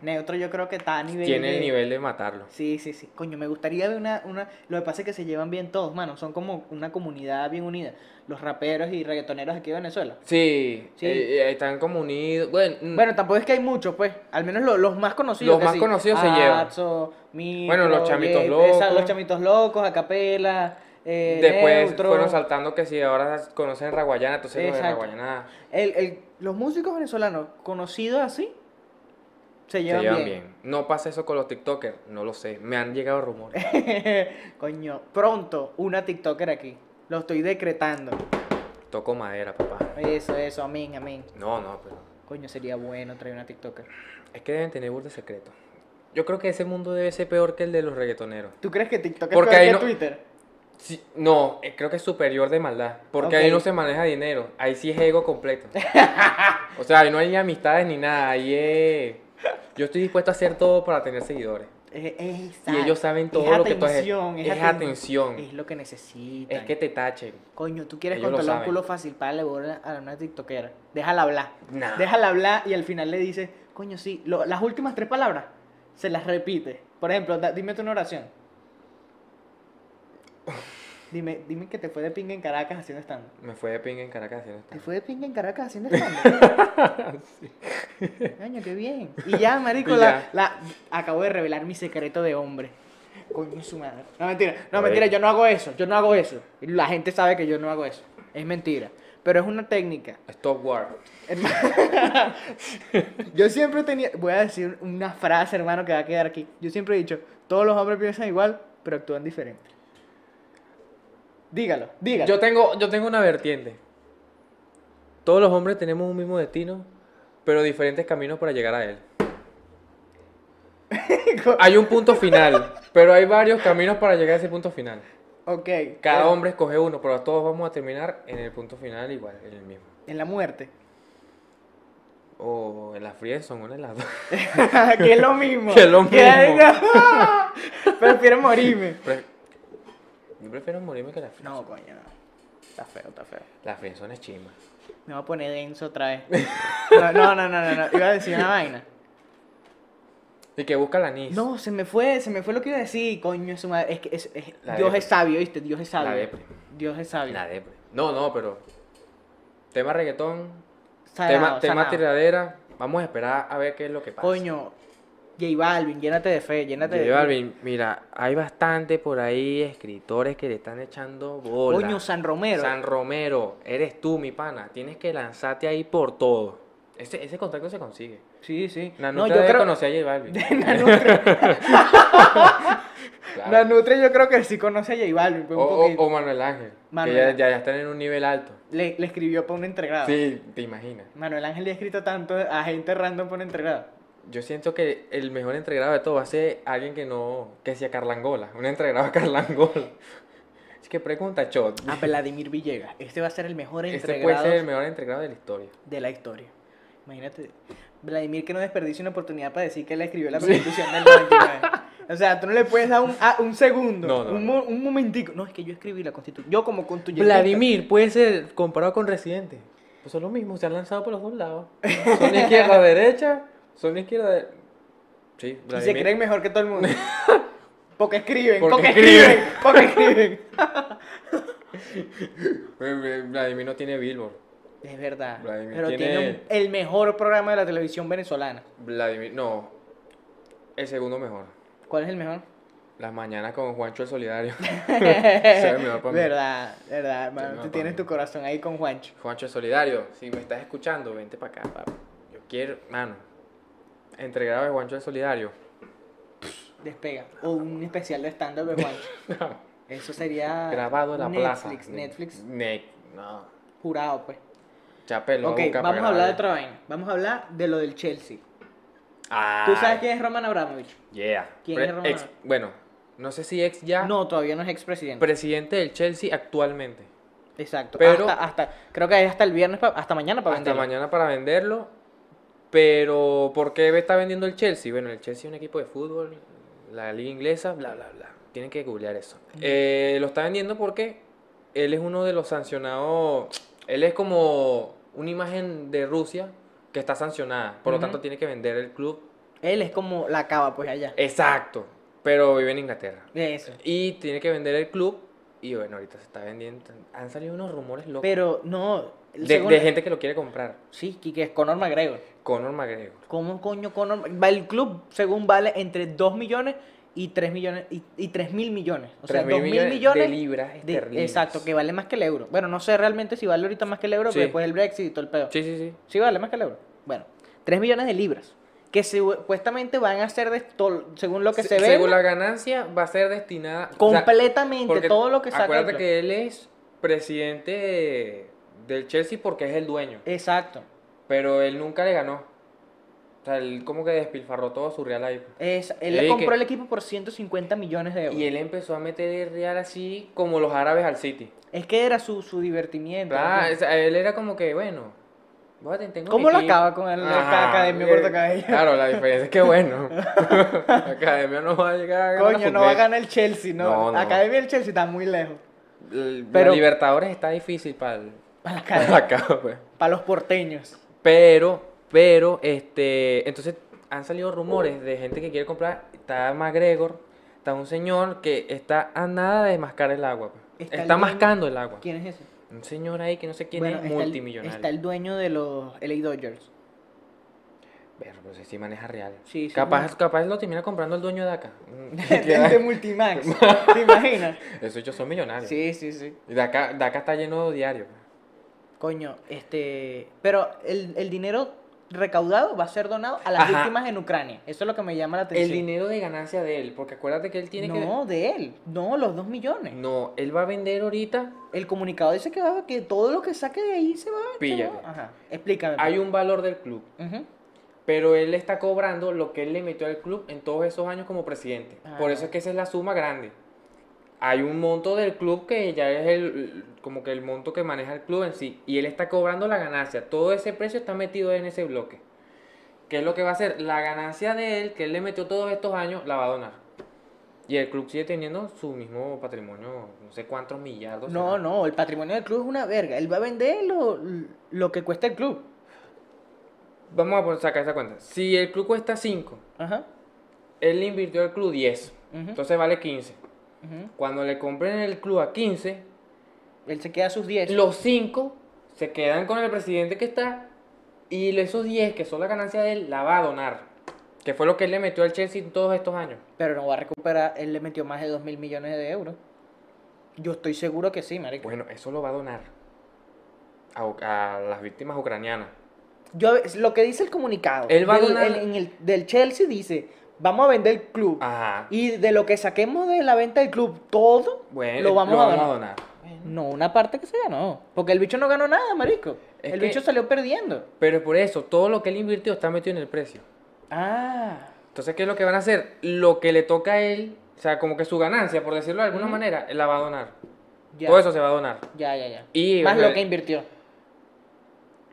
Speaker 1: Neutro yo creo que está a nivel.
Speaker 3: Tiene
Speaker 1: de-
Speaker 3: el nivel de matarlo.
Speaker 1: Sí, sí, sí. Coño, me gustaría ver una, una. Lo que pasa es que se llevan bien todos, mano. Son como una comunidad bien unida. Los raperos y reggaetoneros aquí de Venezuela.
Speaker 3: Sí,
Speaker 1: Sí.
Speaker 3: eh, eh, están como unidos. Bueno, mm,
Speaker 1: Bueno, tampoco es que hay muchos, pues. Al menos lo- los más conocidos.
Speaker 3: Los
Speaker 1: que
Speaker 3: más
Speaker 1: sí.
Speaker 3: conocidos se llevan.
Speaker 1: Atzo, Micro,
Speaker 3: Bueno, los Chamitos
Speaker 1: Yepes, esa-
Speaker 3: Locos.
Speaker 1: Los chamitos locos, Acapela. Eh,
Speaker 3: después
Speaker 1: Neutro.
Speaker 3: fueron saltando que si ahora conocen Raguayana, entonces los de
Speaker 1: Exacto.
Speaker 3: Raguayana
Speaker 1: El- el- los músicos venezolanos conocidos así se
Speaker 3: se
Speaker 1: llevan,
Speaker 3: llevan
Speaker 1: bien.
Speaker 3: bien. No pasa eso con los TikTokers, no lo sé. Me han llegado rumores.
Speaker 1: Coño, pronto una TikToker aquí. Lo estoy decretando.
Speaker 3: Toco madera, papá.
Speaker 1: Eso, eso, amén, amén.
Speaker 3: No, no, pero.
Speaker 1: Coño, sería bueno traer una TikToker.
Speaker 3: Es que deben tener burde secreto. Yo creo que ese mundo debe ser peor que el de los reggaetoneros.
Speaker 1: ¿Tú crees que TikTok es
Speaker 3: Porque
Speaker 1: peor
Speaker 3: ahí
Speaker 1: que
Speaker 3: no-
Speaker 1: Twitter?
Speaker 3: Sí, no, eh, creo que es superior de maldad. Porque ahí
Speaker 1: Ok.
Speaker 3: no se maneja dinero. Ahí sí es ego completo. o sea, ahí no hay ni amistades ni nada. Ahí es. Yo estoy dispuesto a hacer todo para tener seguidores.
Speaker 1: Eh,
Speaker 3: Y
Speaker 1: exacto.
Speaker 3: ellos saben todo
Speaker 1: es
Speaker 3: lo que tú haces.
Speaker 1: atención,
Speaker 3: Es
Speaker 1: aten-
Speaker 3: atención.
Speaker 1: Es lo que necesitan.
Speaker 3: Es que te tachen.
Speaker 1: Coño, tú quieres
Speaker 3: ellos lo
Speaker 1: controlar un
Speaker 3: saben.
Speaker 1: culo fácil para le a una TikTokera. Déjala hablar.
Speaker 3: Nah.
Speaker 1: Déjala hablar y al final le dices, coño, sí, lo- las últimas tres palabras se las repite. Por ejemplo, da- dime tú una oración. Dime, dime que te fue de pinga en Caracas haciendo stand
Speaker 3: Me fue de ping en Caracas haciendo
Speaker 1: Te
Speaker 3: stand-up.
Speaker 1: fue de pinga en Caracas haciendo stand Coño, qué bien. Y ya, marico,
Speaker 3: Y
Speaker 1: la,
Speaker 3: ya.
Speaker 1: la- acabo de revelar mi secreto de hombre. Coño, su madre. No, mentira, no,
Speaker 3: Oye.
Speaker 1: mentira, yo no hago eso, yo no hago eso. La gente sabe que yo no hago eso. Es mentira. Pero es una técnica.
Speaker 3: Stop War.
Speaker 1: Hermano, yo siempre tenía, voy a decir una frase, hermano, que va a quedar aquí. Yo siempre he dicho, todos los hombres piensan igual, pero actúan diferente. Dígalo, dígalo.
Speaker 3: Yo tengo, yo tengo una vertiente. Todos los hombres tenemos un mismo destino, pero diferentes caminos para llegar a él. Hay un punto final, pero hay varios caminos para llegar a ese punto final.
Speaker 1: ok.
Speaker 3: Cada
Speaker 1: pero-
Speaker 3: hombre escoge uno, pero todos vamos a terminar en el punto final igual, en el mismo.
Speaker 1: En la muerte.
Speaker 3: O en la friendzone, una de las dos.
Speaker 1: que es lo mismo.
Speaker 3: Que es lo
Speaker 1: mismo. Prefiero morirme.
Speaker 3: Pre- Yo prefiero morirme que la friendzone.
Speaker 1: No, coño, no. Está feo, está feo.
Speaker 3: La friendzone es chimba.
Speaker 1: Me voy a poner denso otra vez. No, no, no, no, no, no. Iba a decir una vaina.
Speaker 3: Y que busca la anís.
Speaker 1: No, se me fue, se me fue lo que iba a decir, coño, su madre. Es que es, es-
Speaker 3: La
Speaker 1: Dios
Speaker 3: depre.
Speaker 1: es sabio, ¿viste? Dios es sabio.
Speaker 3: La depre.
Speaker 1: Dios es sabio.
Speaker 3: La depre. pues. No, no, pero... Tema reggaetón,
Speaker 1: Salado,
Speaker 3: tema, tema
Speaker 1: salado.
Speaker 3: tiradera. Vamos a esperar a ver qué es lo que pasa.
Speaker 1: Coño, J Balvin, llénate de fe, llénate de
Speaker 3: J Balvin, mira, hay bastante por ahí escritores que le están echando bola.
Speaker 1: Coño, San Romero.
Speaker 3: San Romero, eres tú, mi pana. Tienes que lanzarte ahí por todo. Ese, ese contacto se consigue.
Speaker 1: Sí, sí.
Speaker 3: La
Speaker 1: no,
Speaker 3: no,
Speaker 1: yo
Speaker 3: debe
Speaker 1: creo.
Speaker 3: conocer a J Balvin. Claro.
Speaker 1: La Nutre yo creo que sí conoce a J Balvin, pues,
Speaker 3: o,
Speaker 1: un
Speaker 3: o-
Speaker 1: poquito.
Speaker 3: o Manuel Ángel,
Speaker 1: Manuel
Speaker 3: que ya-
Speaker 1: Ángel.
Speaker 3: ya, ya están en un nivel alto.
Speaker 1: Le, le escribió para un entregado.
Speaker 3: Sí, te imaginas.
Speaker 1: Manuel Ángel le ha escrito tanto a gente random por entregado.
Speaker 3: Yo siento que el mejor entregado de todo va a ser alguien que no, que sea Carlangola, un entregado a Carlangola. Es que pregunta, Chot.
Speaker 1: A Ah, pues Vladimir Villegas. Este va a ser el mejor
Speaker 3: Este
Speaker 1: entregado
Speaker 3: puede ser el mejor entregado de la historia.
Speaker 1: de la historia. Imagínate, Vladimir que no desperdicie una oportunidad para decir que él escribió la constitución del 99. O sea, tú no le puedes dar un, a- un segundo,
Speaker 3: No, no,
Speaker 1: un, mo- un momentico. No, es que yo escribí la constitución. Yo como constituyente.
Speaker 3: Vladimir puede ser comparado con Residente. Pues son lo mismo, se han lanzado por los dos lados. Son izquierda derecha, son izquierda de... Sí,
Speaker 1: Y se
Speaker 3: Vladimir.
Speaker 1: creen mejor que todo el mundo. Porque escriben, porque,
Speaker 3: Porque
Speaker 1: escriben,
Speaker 3: escriben.
Speaker 1: porque escriben.
Speaker 3: Eh, eh, Vladimir no tiene billboard.
Speaker 1: Es verdad.
Speaker 3: Vladimir
Speaker 1: pero tiene,
Speaker 3: tiene-
Speaker 1: un- el mejor programa de la televisión venezolana.
Speaker 3: Vladimir, no. El segundo mejor.
Speaker 1: ¿Cuál es el mejor?
Speaker 3: Las mañanas con Juancho el Solidario. Se ve mejor para mí.
Speaker 1: verdad, verdad, hermano.
Speaker 3: mejor
Speaker 1: Tú
Speaker 3: pa'
Speaker 1: tienes
Speaker 3: mí.
Speaker 1: tu corazón ahí con Juancho.
Speaker 3: Juancho el Solidario, si me estás escuchando, vente para acá, papi. Yo quiero, mano. Entregado de Juancho el Solidario.
Speaker 1: Despega. O un especial de stand-up de Juancho. Eso sería.
Speaker 3: Grabado en la
Speaker 1: Netflix,
Speaker 3: plaza.
Speaker 1: Netflix,
Speaker 3: Ne- no.
Speaker 1: jurado, pues.
Speaker 3: Chapelo.
Speaker 1: ok,
Speaker 3: busca pa'
Speaker 1: vamos a hablar de
Speaker 3: grabar.
Speaker 1: otra vaina. Vamos a hablar de lo del Chelsea.
Speaker 3: Ah,
Speaker 1: ¿Tú sabes quién es Roman Abramovich?
Speaker 3: Yeah.
Speaker 1: ¿Quién
Speaker 3: Pre-
Speaker 1: es Romano?
Speaker 3: ex- bueno, no sé si ex ya,
Speaker 1: No, todavía no es expresidente.
Speaker 3: presidente del Chelsea actualmente.
Speaker 1: Exacto.
Speaker 3: pero-
Speaker 1: hasta, hasta- creo que hay hasta el viernes, pa- hasta mañana para
Speaker 3: hasta
Speaker 1: venderlo.
Speaker 3: mañana para venderlo. Pero, ¿por qué está vendiendo el Chelsea? Bueno, el Chelsea es un equipo de fútbol, la liga inglesa, bla, bla, bla. Tienen que googlear eso. Eh, lo está vendiendo porque él es uno de los sancionados. Él es como una imagen de Rusia que está sancionada. Por lo
Speaker 1: Ujú.
Speaker 3: tanto, tiene que vender el club.
Speaker 1: Él es como la cava, pues allá.
Speaker 3: Eh, Exacto. Pero vive en Inglaterra.
Speaker 1: Eso.
Speaker 3: Y tiene que vender el club. Y bueno, ahorita se está vendiendo. Han salido unos rumores locos.
Speaker 1: Pero no.
Speaker 3: de,
Speaker 1: según-
Speaker 3: de gente que lo quiere comprar.
Speaker 1: Sí, que que es Conor McGregor.
Speaker 3: Conor McGregor.
Speaker 1: ¿Cómo coño Conor? Va el club, según vale, entre 2 millones y 3 millones y, y 3 mil millones. O sea,
Speaker 3: 3.000
Speaker 1: 2 mil
Speaker 3: de
Speaker 1: millones.
Speaker 3: libras
Speaker 1: de-
Speaker 3: esterlinas.
Speaker 1: exacto, que vale más que el euro. Bueno, no sé realmente si vale ahorita más que el euro,
Speaker 3: Sí.
Speaker 1: pero después el Brexit y todo el pedo.
Speaker 3: Sí, sí, sí.
Speaker 1: Sí, vale más que el euro. Bueno, 3 millones de libras. Que se- supuestamente van a ser, de tol- según lo que
Speaker 3: Se-
Speaker 1: se, ve,
Speaker 3: Según la ganancia va a ser destinada o sea,
Speaker 1: completamente
Speaker 3: porque
Speaker 1: todo lo que saca. el
Speaker 3: Acuérdate
Speaker 1: club.
Speaker 3: que él es presidente de- del Chelsea porque es el dueño,
Speaker 1: Eh. Exacto,
Speaker 3: pero él nunca le ganó. O sea, él como que despilfarró todo su real ahí.
Speaker 1: Es- él le
Speaker 3: Eh, que-
Speaker 1: compró el equipo por 150 millones de euros.
Speaker 3: Y él empezó a meter el real así como los árabes al City.
Speaker 1: Es que era su, su divertimiento. ¿no?
Speaker 3: Ah, o sea, él era como que, bueno, voy a ten- tengo mi
Speaker 1: ¿Cómo lo
Speaker 3: equipo.
Speaker 1: acaba con el- la
Speaker 3: Ajá,
Speaker 1: academia
Speaker 3: eh,
Speaker 1: corta cabello?
Speaker 3: Claro, la diferencia es que bueno. la academia no va a llegar a ganar
Speaker 1: Coño, no va a
Speaker 3: fútbol.
Speaker 1: ganar el Chelsea, ¿no?
Speaker 3: No, no.
Speaker 1: La Academia del Chelsea está muy lejos.
Speaker 3: Pero
Speaker 1: Pero-
Speaker 3: Libertadores está difícil para
Speaker 1: Para la
Speaker 3: para
Speaker 1: Academia,
Speaker 3: acá, pues.
Speaker 1: para los porteños.
Speaker 3: Pero, pero, este, entonces han salido rumores de gente que quiere comprar. Está McGregor, está un señor que está a nada de mascar el agua. pues.
Speaker 1: Está
Speaker 3: Está,
Speaker 1: el dueño-
Speaker 3: mascando el agua.
Speaker 1: ¿Quién es ese?
Speaker 3: Un señor ahí que no sé quién
Speaker 1: Bueno,
Speaker 3: es,
Speaker 1: está el-
Speaker 3: multimillonario.
Speaker 1: Está el dueño de los LA Dodgers.
Speaker 3: Pero, no sé si pues maneja real.
Speaker 1: Sí, sí,
Speaker 3: capaz,
Speaker 1: bueno.
Speaker 3: capaz lo termina comprando el dueño de acá.
Speaker 1: de, de Multimax. ¿Te imaginas?
Speaker 3: Esos yo son millonarios.
Speaker 1: Sí, sí, sí.
Speaker 3: Y de acá, de acá está lleno de diario.
Speaker 1: Coño, este. Pero el, el dinero recaudado va a ser donado a las
Speaker 3: Ajá.
Speaker 1: víctimas en Ucrania. Eso es lo que me llama la atención.
Speaker 3: El dinero de ganancia de él, porque acuérdate que él tiene que...
Speaker 1: no, de él. No, los dos millones.
Speaker 3: No, él va a vender ahorita.
Speaker 1: El comunicado dice que, va, que todo lo que saque de ahí se va a.
Speaker 3: Píllate.
Speaker 1: se va- Ajá. Explícame. pues.
Speaker 3: Hay un valor del club,
Speaker 1: Ujú.
Speaker 3: pero él está cobrando lo que él le metió al club en todos esos años como presidente. Por
Speaker 1: Ah.
Speaker 3: eso es que esa es la suma grande. Hay un monto del club que ya es el como que el monto que maneja el club en sí y él está cobrando la ganancia. Todo ese precio está metido en ese bloque. ¿Qué es lo que va a hacer? La ganancia de él que él le metió todos estos años la va a donar. Y el club sigue teniendo su mismo patrimonio, no sé cuántos millardos.
Speaker 1: No,
Speaker 3: será.
Speaker 1: no, el patrimonio del club es una verga. Él va a vender lo, lo que cuesta el club.
Speaker 3: Vamos a poner- sacar esa cuenta. Si el club cuesta 5
Speaker 1: Ajá.
Speaker 3: él le invirtió al club 10.
Speaker 1: Ujú.
Speaker 3: Entonces vale 15.
Speaker 1: ujú.
Speaker 3: Cuando le compren el club a 15,
Speaker 1: Él se queda sus 10.
Speaker 3: los 5 se quedan con el presidente que está y esos 10 que son la ganancia de él la va a donar. Que fue lo que él le metió al Chelsea en todos estos años.
Speaker 1: Pero no va a recuperar. Él le metió más de 2 mil millones de euros. Yo estoy seguro que sí, marico.
Speaker 3: Bueno, eso lo va a donar a, u- a las víctimas ucranianas.
Speaker 1: Yo, lo que dice el comunicado
Speaker 3: Él va a
Speaker 1: del,
Speaker 3: donar-
Speaker 1: en- en el, del Chelsea dice, vamos a vender el club.
Speaker 3: Ajá.
Speaker 1: Y de lo que saquemos de la venta del club, todo
Speaker 3: Bueno,
Speaker 1: lo vamos a donar.
Speaker 3: donar.
Speaker 1: No, una parte que se ganó. Porque el bicho no ganó nada, marico.
Speaker 3: Es
Speaker 1: el
Speaker 3: que-
Speaker 1: bicho salió perdiendo.
Speaker 3: Pero por eso, todo lo que él invirtió está metido en el precio.
Speaker 1: Ah.
Speaker 3: Entonces, ¿qué es lo que van a hacer? Lo que le toca a él, o sea, como que su ganancia, por decirlo de alguna manera, él la va a donar.
Speaker 1: Ya.
Speaker 3: Todo eso se va a donar.
Speaker 1: Ya, ya, ya.
Speaker 3: Y,
Speaker 1: Más
Speaker 3: o sea,
Speaker 1: lo que invirtió.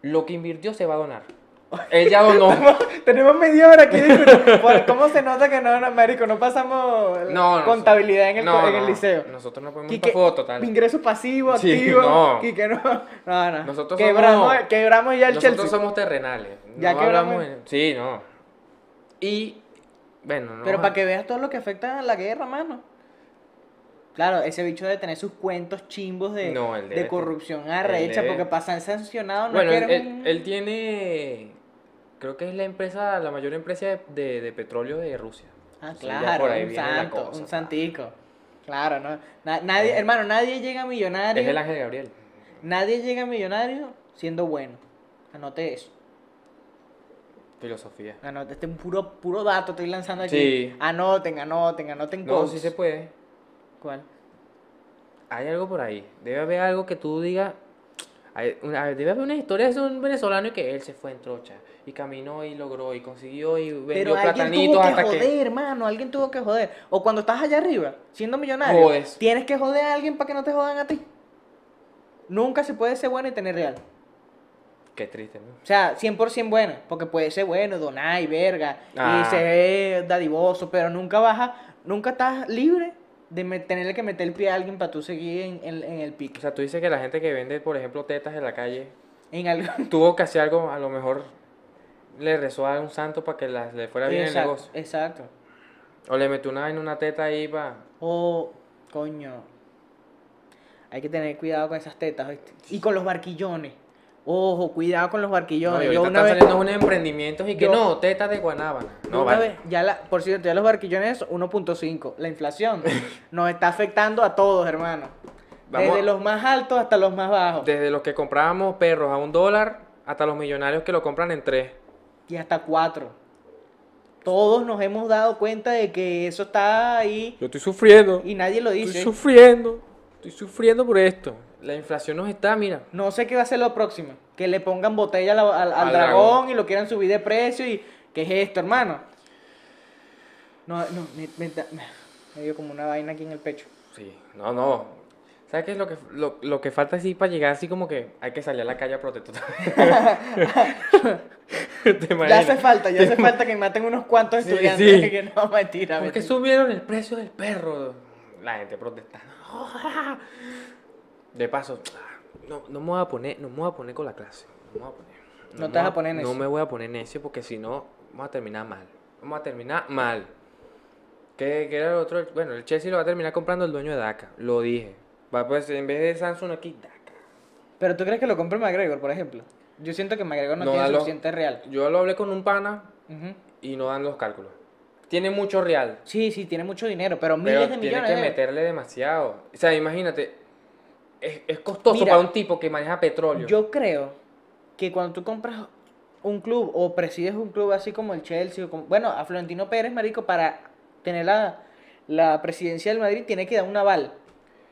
Speaker 3: Lo que invirtió se va a donar. Él ya donó.
Speaker 1: Tenemos media hora aquí discutiendo. Por- ¿Cómo se nota que no, no, marico, no pasamos la
Speaker 3: No, no,
Speaker 1: contabilidad en el,
Speaker 3: no,
Speaker 1: co- en
Speaker 3: no,
Speaker 1: el liceo?
Speaker 3: Nosotros no podemos
Speaker 1: Quique,
Speaker 3: montar foto, tal.
Speaker 1: Ingreso pasivo,
Speaker 3: Sí,
Speaker 1: activo.
Speaker 3: no.
Speaker 1: Quique, no. No, no.
Speaker 3: Nosotros
Speaker 1: quebramos,
Speaker 3: somos-
Speaker 1: quebramos ya el
Speaker 3: Nosotros
Speaker 1: Chelsea.
Speaker 3: somos terrenales.
Speaker 1: Ya
Speaker 3: no
Speaker 1: que
Speaker 3: hablamos.
Speaker 1: hablamos-
Speaker 3: en- Sí, no. Y. Bueno, no.
Speaker 1: Pero para que veas todo lo que afecta a la guerra, mano. Claro, ese bicho debe tener sus cuentos chimbos de,
Speaker 3: No, él
Speaker 1: de
Speaker 3: debe-
Speaker 1: corrupción
Speaker 3: él
Speaker 1: arrecha,
Speaker 3: debe-
Speaker 1: porque pasan sancionado no
Speaker 3: Bueno,
Speaker 1: es
Speaker 3: él,
Speaker 1: que era
Speaker 3: él-
Speaker 1: un-
Speaker 3: él tiene. Creo que es la empresa, la mayor empresa de, de- de petróleo de Rusia.
Speaker 1: Ah,
Speaker 3: Entonces, ya
Speaker 1: claro,
Speaker 3: por ahí
Speaker 1: un
Speaker 3: viene la
Speaker 1: santo,
Speaker 3: cosa,
Speaker 1: un
Speaker 3: tal.
Speaker 1: santico. Claro, no. na- nadie,
Speaker 3: Es-
Speaker 1: hermano, nadie llega a millonario.
Speaker 3: Es el Ángel Gabriel.
Speaker 1: Nadie llega a millonario siendo bueno. Anote eso.
Speaker 3: Filosofía.
Speaker 1: Anote, este es un puro, puro dato estoy lanzando aquí.
Speaker 3: Sí.
Speaker 1: Anoten, anoten, anoten
Speaker 3: No,
Speaker 1: quotes.
Speaker 3: sí se puede.
Speaker 1: ¿Cuál?
Speaker 3: Hay algo por ahí. Debe haber algo que tú digas. Hay una- debe haber una historia de un venezolano y que él se fue en trocha y caminó y logró y consiguió y vendió
Speaker 1: Pero alguien tuvo
Speaker 3: platanitos
Speaker 1: que
Speaker 3: hasta
Speaker 1: joder,
Speaker 3: que.
Speaker 1: hermano, alguien tuvo que joder. O cuando estás allá arriba, siendo millonario,
Speaker 3: Jodes.
Speaker 1: tienes que joder a alguien para que no te jodan a ti. Nunca se puede ser bueno y tener real.
Speaker 3: Qué triste, ¿no?
Speaker 1: O sea, 100% bueno, porque puede ser bueno, donar y verga,
Speaker 3: Ah.
Speaker 1: y ser dadivoso, pero nunca baja, nunca estás libre de me- tenerle que meter el pie a alguien para tú seguir en, en- en el
Speaker 3: O
Speaker 1: pique.
Speaker 3: sea, tú dices que la gente que vende, por ejemplo, tetas en la calle,
Speaker 1: En algo.
Speaker 3: tuvo que hacer algo, a lo mejor le rezó a un santo para que las- le fuera bien el
Speaker 1: exacto,
Speaker 3: negocio.
Speaker 1: exacto.
Speaker 3: O le metió una en una teta ahí para.
Speaker 1: O, coño, hay que tener cuidado con esas tetas, ¿oíste? Y con los barquillones. Ojo, cuidado con los barquillones.
Speaker 3: y
Speaker 1: Yo
Speaker 3: ahorita
Speaker 1: una
Speaker 3: están
Speaker 1: vez-
Speaker 3: saliendo unos emprendimientos y que
Speaker 1: yo-
Speaker 3: no, tetas de guanábana. No,
Speaker 1: Una
Speaker 3: vale.
Speaker 1: vez, ya la, por cierto, ya los barquillones 1.5. La inflación nos está afectando a todos, hermano.
Speaker 3: Vamos
Speaker 1: Desde
Speaker 3: a-
Speaker 1: los más altos hasta los más bajos.
Speaker 3: Desde los que comprábamos perros a un dólar hasta los millonarios que lo compran en tres.
Speaker 1: Y hasta 4. Todos nos hemos dado cuenta de que eso está ahí
Speaker 3: Yo estoy sufriendo.
Speaker 1: y nadie lo
Speaker 3: Estoy
Speaker 1: dice.
Speaker 3: sufriendo. Estoy sufriendo por esto. La inflación nos está, mira.
Speaker 1: No sé qué va a ser lo próximo. Que le pongan botella a la- al, al dragón,
Speaker 3: Al dragón.
Speaker 1: y lo quieran subir de precio y... ¿Qué es esto, hermano? No, no, me, me da- me dio como una vaina aquí en el pecho.
Speaker 3: Sí, no, no. ¿Sabes qué es lo que, lo, lo que falta así para llegar así como que hay que salir a la calle a protestar? ¿Te
Speaker 1: Ya
Speaker 3: imaginas?
Speaker 1: hace falta, ya hace falta que maten unos cuantos
Speaker 3: Sí,
Speaker 1: estudiantes.
Speaker 3: sí.
Speaker 1: Que no, mentira,
Speaker 3: ¿Por qué
Speaker 1: mentira.
Speaker 3: subieron el precio del perro? La gente protestando. De paso, no, no me voy a poner, no me voy a poner con la clase. No, me voy a poner.
Speaker 1: No te
Speaker 3: me
Speaker 1: vas
Speaker 3: voy
Speaker 1: a poner necio.
Speaker 3: No me voy a poner necio porque si no, vamos a terminar mal. Vamos a terminar mal. ¿Qué, qué era el otro? Bueno, el Chelsea lo va a terminar comprando el dueño de DACA. Lo dije. Va, pues, en vez de Samsung aquí, DACA.
Speaker 1: Pero tú crees que lo compre McGregor, por ejemplo. Yo siento que McGregor no,
Speaker 3: No,
Speaker 1: tiene
Speaker 3: a lo-
Speaker 1: suficiente real.
Speaker 3: Yo lo hablé con un pana
Speaker 1: Ujú.
Speaker 3: y no dan los cálculos. Tiene mucho real.
Speaker 1: Sí, sí, tiene mucho dinero, pero miles
Speaker 3: Pero
Speaker 1: de
Speaker 3: tiene
Speaker 1: millones. eh.
Speaker 3: que
Speaker 1: de-
Speaker 3: meterle demasiado. O sea, imagínate, es, es costoso
Speaker 1: Mira,
Speaker 3: para un tipo que maneja petróleo.
Speaker 1: Yo creo que cuando tú compras un club o presides un club así como el Chelsea, o como- bueno, a Florentino Pérez, marico, para tener la, la presidencia del Madrid tiene que dar un aval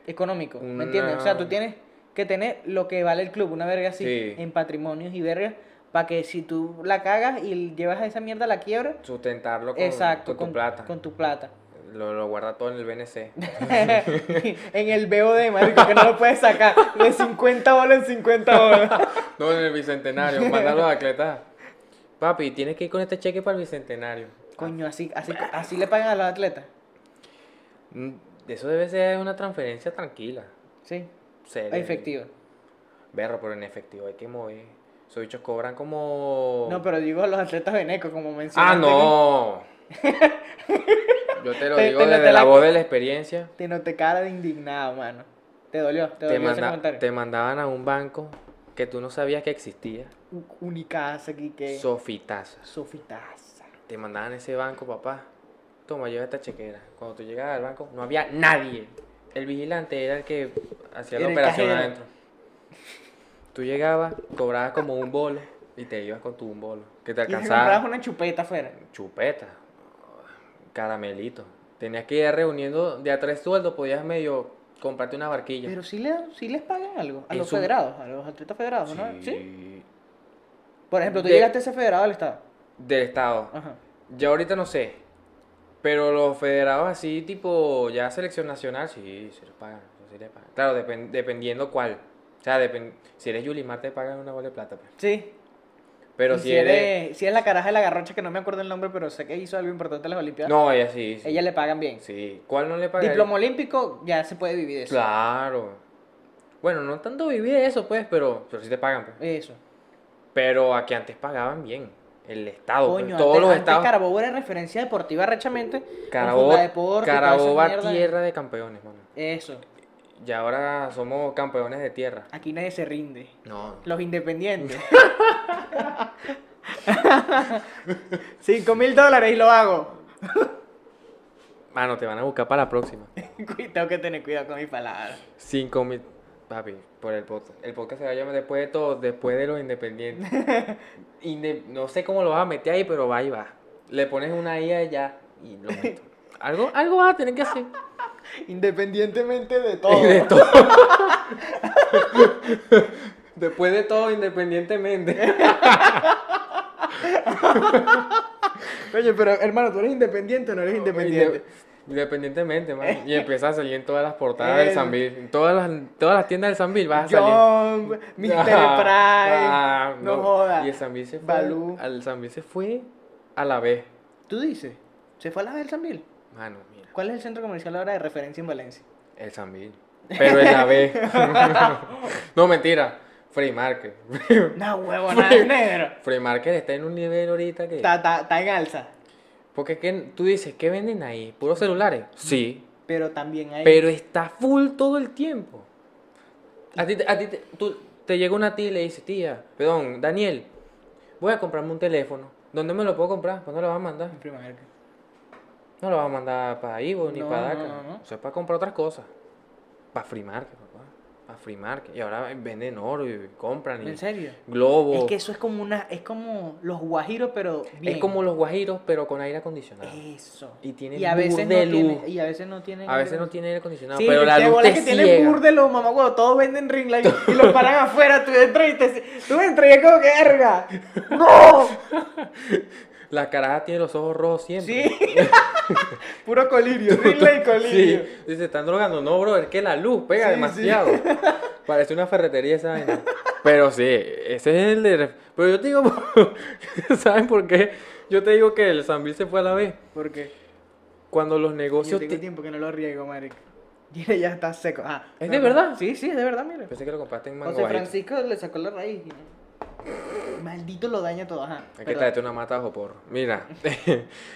Speaker 1: económico, ¿me entiendes? O sea, tú
Speaker 3: Una-
Speaker 1: tienes que tener lo que vale el club, una verga así,
Speaker 3: Sí.
Speaker 1: en patrimonios y vergas, para que si tú la cagas y llevas a esa mierda a la quiebra,
Speaker 3: Sustentarlo con,
Speaker 1: exacto,
Speaker 3: con tu plata.
Speaker 1: Con tu plata.
Speaker 3: Lo, lo guarda todo en el BNC.
Speaker 1: en el BOD, marico, que no lo puedes sacar de 50 bolas en 50 bolas.
Speaker 3: no, en el Bicentenario. Manda a los atletas. Papi, tienes que ir con este cheque para el Bicentenario.
Speaker 1: Coño, así, así, así le pagan a los atletas.
Speaker 3: Mm, Eso debe ser una transferencia tranquila.
Speaker 1: Sí,
Speaker 3: seria.
Speaker 1: efectivo.
Speaker 3: Berro, pero en efectivo hay que mover. Esos bichos cobran como...
Speaker 1: No, pero digo a los atletas venecos, como mencionaste.
Speaker 3: oh. ¡Ah, no! Yo te lo
Speaker 1: Te-
Speaker 3: digo
Speaker 1: te- te
Speaker 3: desde
Speaker 1: la-
Speaker 3: la voz de la experiencia.
Speaker 1: Te noté cara de indignado, mano. Te dolió, te
Speaker 3: te,
Speaker 1: dolió ese
Speaker 3: manda-
Speaker 1: comentario.
Speaker 3: te mandaban a un banco que tú no sabías que existía.
Speaker 1: Un- Unicasa, aquí que.
Speaker 3: Sofitaza.
Speaker 1: Sofitaza.
Speaker 3: Te mandaban a ese banco, papá. Toma, lleva esta chequera. Cuando tú llegabas al banco, no había nadie. El vigilante era el que hacía
Speaker 1: Era
Speaker 3: la
Speaker 1: el
Speaker 3: operación
Speaker 1: cajero.
Speaker 3: adentro. Tú llegabas, cobrabas como un bolo y te ibas con tu un bolo. Que te
Speaker 1: Y te
Speaker 3: alcanzaba.
Speaker 1: comprabas una chupeta afuera.
Speaker 3: chupeta, caramelito. Tenías que ir reuniendo de a tres sueldos, podías medio comprarte una barquilla.
Speaker 1: Pero sí, le, sí les pagan algo. A
Speaker 3: Es
Speaker 1: los
Speaker 3: un-
Speaker 1: federados, a los atletas federados, ¿no? Sí.
Speaker 3: Sí,
Speaker 1: Por ejemplo, tú
Speaker 3: De-
Speaker 1: llegaste a ser federado del Estado.
Speaker 3: Del Estado.
Speaker 1: Ajá.
Speaker 3: Ya ahorita no sé. Pero los federados así, tipo, ya selección nacional, sí, se les pagan. sí les pagan. Claro, depen- dependiendo cuál. O sea, depen- si eres Yulimar te pagan una bola de plata. pues.
Speaker 1: Sí.
Speaker 3: Pero
Speaker 1: Y
Speaker 3: si eres...
Speaker 1: si es la caraja de la garrocha, que no me acuerdo el nombre, pero sé que hizo algo importante en las Olimpiadas.
Speaker 3: No, ella sí. sí.
Speaker 1: Ella le pagan bien.
Speaker 3: Sí. ¿Cuál no le paga?
Speaker 1: Diploma olímpico, ya se puede vivir de eso.
Speaker 3: Claro. Bueno, no tanto vivir de eso, pues, pero, pero sí te pagan. pues.
Speaker 1: Eso.
Speaker 3: Pero aquí antes pagaban bien. El Estado. pues,
Speaker 1: Coño,
Speaker 3: todos
Speaker 1: antes,
Speaker 3: los
Speaker 1: antes
Speaker 3: estados.
Speaker 1: Carabobo era referencia deportiva rechamente. con
Speaker 3: Carabobo,
Speaker 1: Fundadeporte y toda esa
Speaker 3: Caraboba,
Speaker 1: mierda.
Speaker 3: tierra de campeones, mano.
Speaker 1: Eso.
Speaker 3: Y ahora somos campeones de tierra.
Speaker 1: Aquí nadie se rinde.
Speaker 3: No.
Speaker 1: Los independientes. Cinco mil dólares y lo hago.
Speaker 3: Mano, te van a buscar para la próxima.
Speaker 1: Tengo que tener cuidado con mis palabras.
Speaker 3: Cinco mil. Papi, por el podcast. El podcast se va a llamar después de todo, después de los independientes. Inde- no sé cómo lo vas a meter ahí, pero va y va. Le pones una IA ya y lo meto. Algo, algo vas a tener que hacer.
Speaker 1: Independientemente de todo.
Speaker 3: De todo. Después de todo, independientemente.
Speaker 1: Oye, pero hermano, ¿tú eres independiente o no eres independiente?
Speaker 3: Independientemente, man. Y empieza a salir en todas las portadas del Sambil. En todas las, todas las tiendas del Sambil vas a salir.
Speaker 1: John, Mr. Pride,
Speaker 3: Ah,
Speaker 1: no, jodas.
Speaker 3: Y el Sambil se fue.
Speaker 1: Balú.
Speaker 3: Al Sambil se fue a la vez.
Speaker 1: ¿Tú dices? ¿Se fue a la vez el Sambil?
Speaker 3: Mano, Ah, mira.
Speaker 1: ¿Cuál es el centro comercial ahora de referencia en Valencia?
Speaker 3: El Sambil. Pero en la vez. no, mentira. Free Market.
Speaker 1: No, huevo, nada, negro.
Speaker 3: Free Market está en un nivel ahorita que.
Speaker 1: Está, está- está en alza.
Speaker 3: Porque es que tú dices, ¿qué venden ahí? ¿Puros celulares? Sí.
Speaker 1: Pero también hay.
Speaker 3: Pero está full todo el tiempo. A ti, te- a ti te, tú- te llega una tía y le dice, tía, perdón, Daniel, voy a comprarme un teléfono. ¿Dónde me lo puedo comprar? Pues no lo vas a mandar.
Speaker 1: En Primark.
Speaker 3: No lo vas a mandar para Ivo ni
Speaker 1: No,
Speaker 3: para
Speaker 1: no,
Speaker 3: Daca.
Speaker 1: no, no.
Speaker 3: Eso es para comprar otras cosas. Para Free Market, papá. Para Free Market. Y ahora venden oro y compran. Y
Speaker 1: ¿En serio?
Speaker 3: Globo.
Speaker 1: Es que eso es como una. Es como los guajiros, pero. Bien.
Speaker 3: Oh.
Speaker 1: Eh,
Speaker 3: Es como los guajiros, pero con aire acondicionado.
Speaker 1: Eso.
Speaker 3: Y tienen
Speaker 1: a veces
Speaker 3: burde
Speaker 1: no
Speaker 3: luz.
Speaker 1: tiene- Y a veces no tienen.
Speaker 3: A veces no tiene aire acondicionado,
Speaker 1: Sí,
Speaker 3: pero la
Speaker 1: qué
Speaker 3: luz
Speaker 1: bola
Speaker 3: te
Speaker 1: que tienen
Speaker 3: ciega.
Speaker 1: burde los mamagüevos, todos venden ring light y los paran afuera, tú entras y te, tú entras y es como que verga. ¡No!
Speaker 3: La caraja tiene los ojos rojos siempre.
Speaker 1: Sí. Puro colirio, ring light
Speaker 3: Sí,
Speaker 1: colirio.
Speaker 3: dice, "Se están drogando. No, bro, es que la luz pega demasiado. Parece una ferretería esa vaina. Pero sí, ese es el de... ref- Pero yo te digo, ¿saben por qué? Yo te digo que el Zambil se fue a la vez.
Speaker 1: Porque
Speaker 3: Cuando los negocios...
Speaker 1: yo tengo
Speaker 3: ti-
Speaker 1: tiempo que no lo riego, marico. Mira, ya está seco. Ah,
Speaker 3: ¿Es
Speaker 1: no,
Speaker 3: de
Speaker 1: no.
Speaker 3: verdad?
Speaker 1: Sí, sí, es de verdad, mira.
Speaker 3: Pensé que lo compraste en Mango
Speaker 1: José
Speaker 3: Bajito.
Speaker 1: Francisco le sacó la raíz. y- Maldito lo daña todo, ajá.
Speaker 3: Hay que
Speaker 1: perdón.
Speaker 3: traerte una mata o porro. Mira,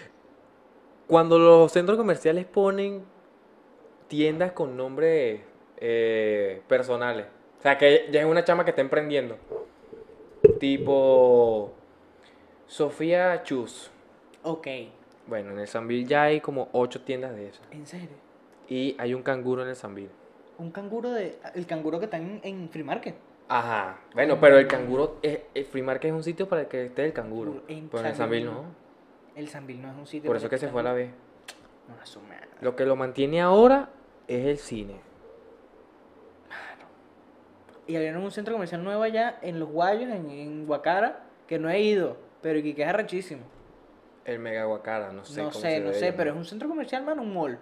Speaker 3: cuando los centros comerciales ponen tiendas con nombres eh, personales, o sea, que ya es una chama que está emprendiendo, tipo Sofía Chus.
Speaker 1: Ok,
Speaker 3: Bueno, en el Sambil ya hay como ocho tiendas de esas.
Speaker 1: en serio.
Speaker 3: Y hay un canguro en el Sambil.
Speaker 1: Un canguro de. El canguro que está en, en Free Market.
Speaker 3: Ajá. Bueno, pero el canguro, es, el Free Market es un sitio para el que esté el canguro.
Speaker 1: En
Speaker 3: Pero en el
Speaker 1: San
Speaker 3: Sambil
Speaker 1: Luis
Speaker 3: no.
Speaker 1: El Sambil no es un sitio.
Speaker 3: Por eso que se fue a la vez.
Speaker 1: No, su madre.
Speaker 3: Lo que lo mantiene ahora es el cine.
Speaker 1: Y abrieron un centro comercial nuevo allá en Los Guayos, en, en Guacara, que no he ido, pero que que es arrechísimo.
Speaker 3: El Mega Guacara, no sé
Speaker 1: no
Speaker 3: cómo
Speaker 1: sé,
Speaker 3: se
Speaker 1: no
Speaker 3: debe
Speaker 1: sé,
Speaker 3: llamar.
Speaker 1: pero es un centro comercial, mano, un mall.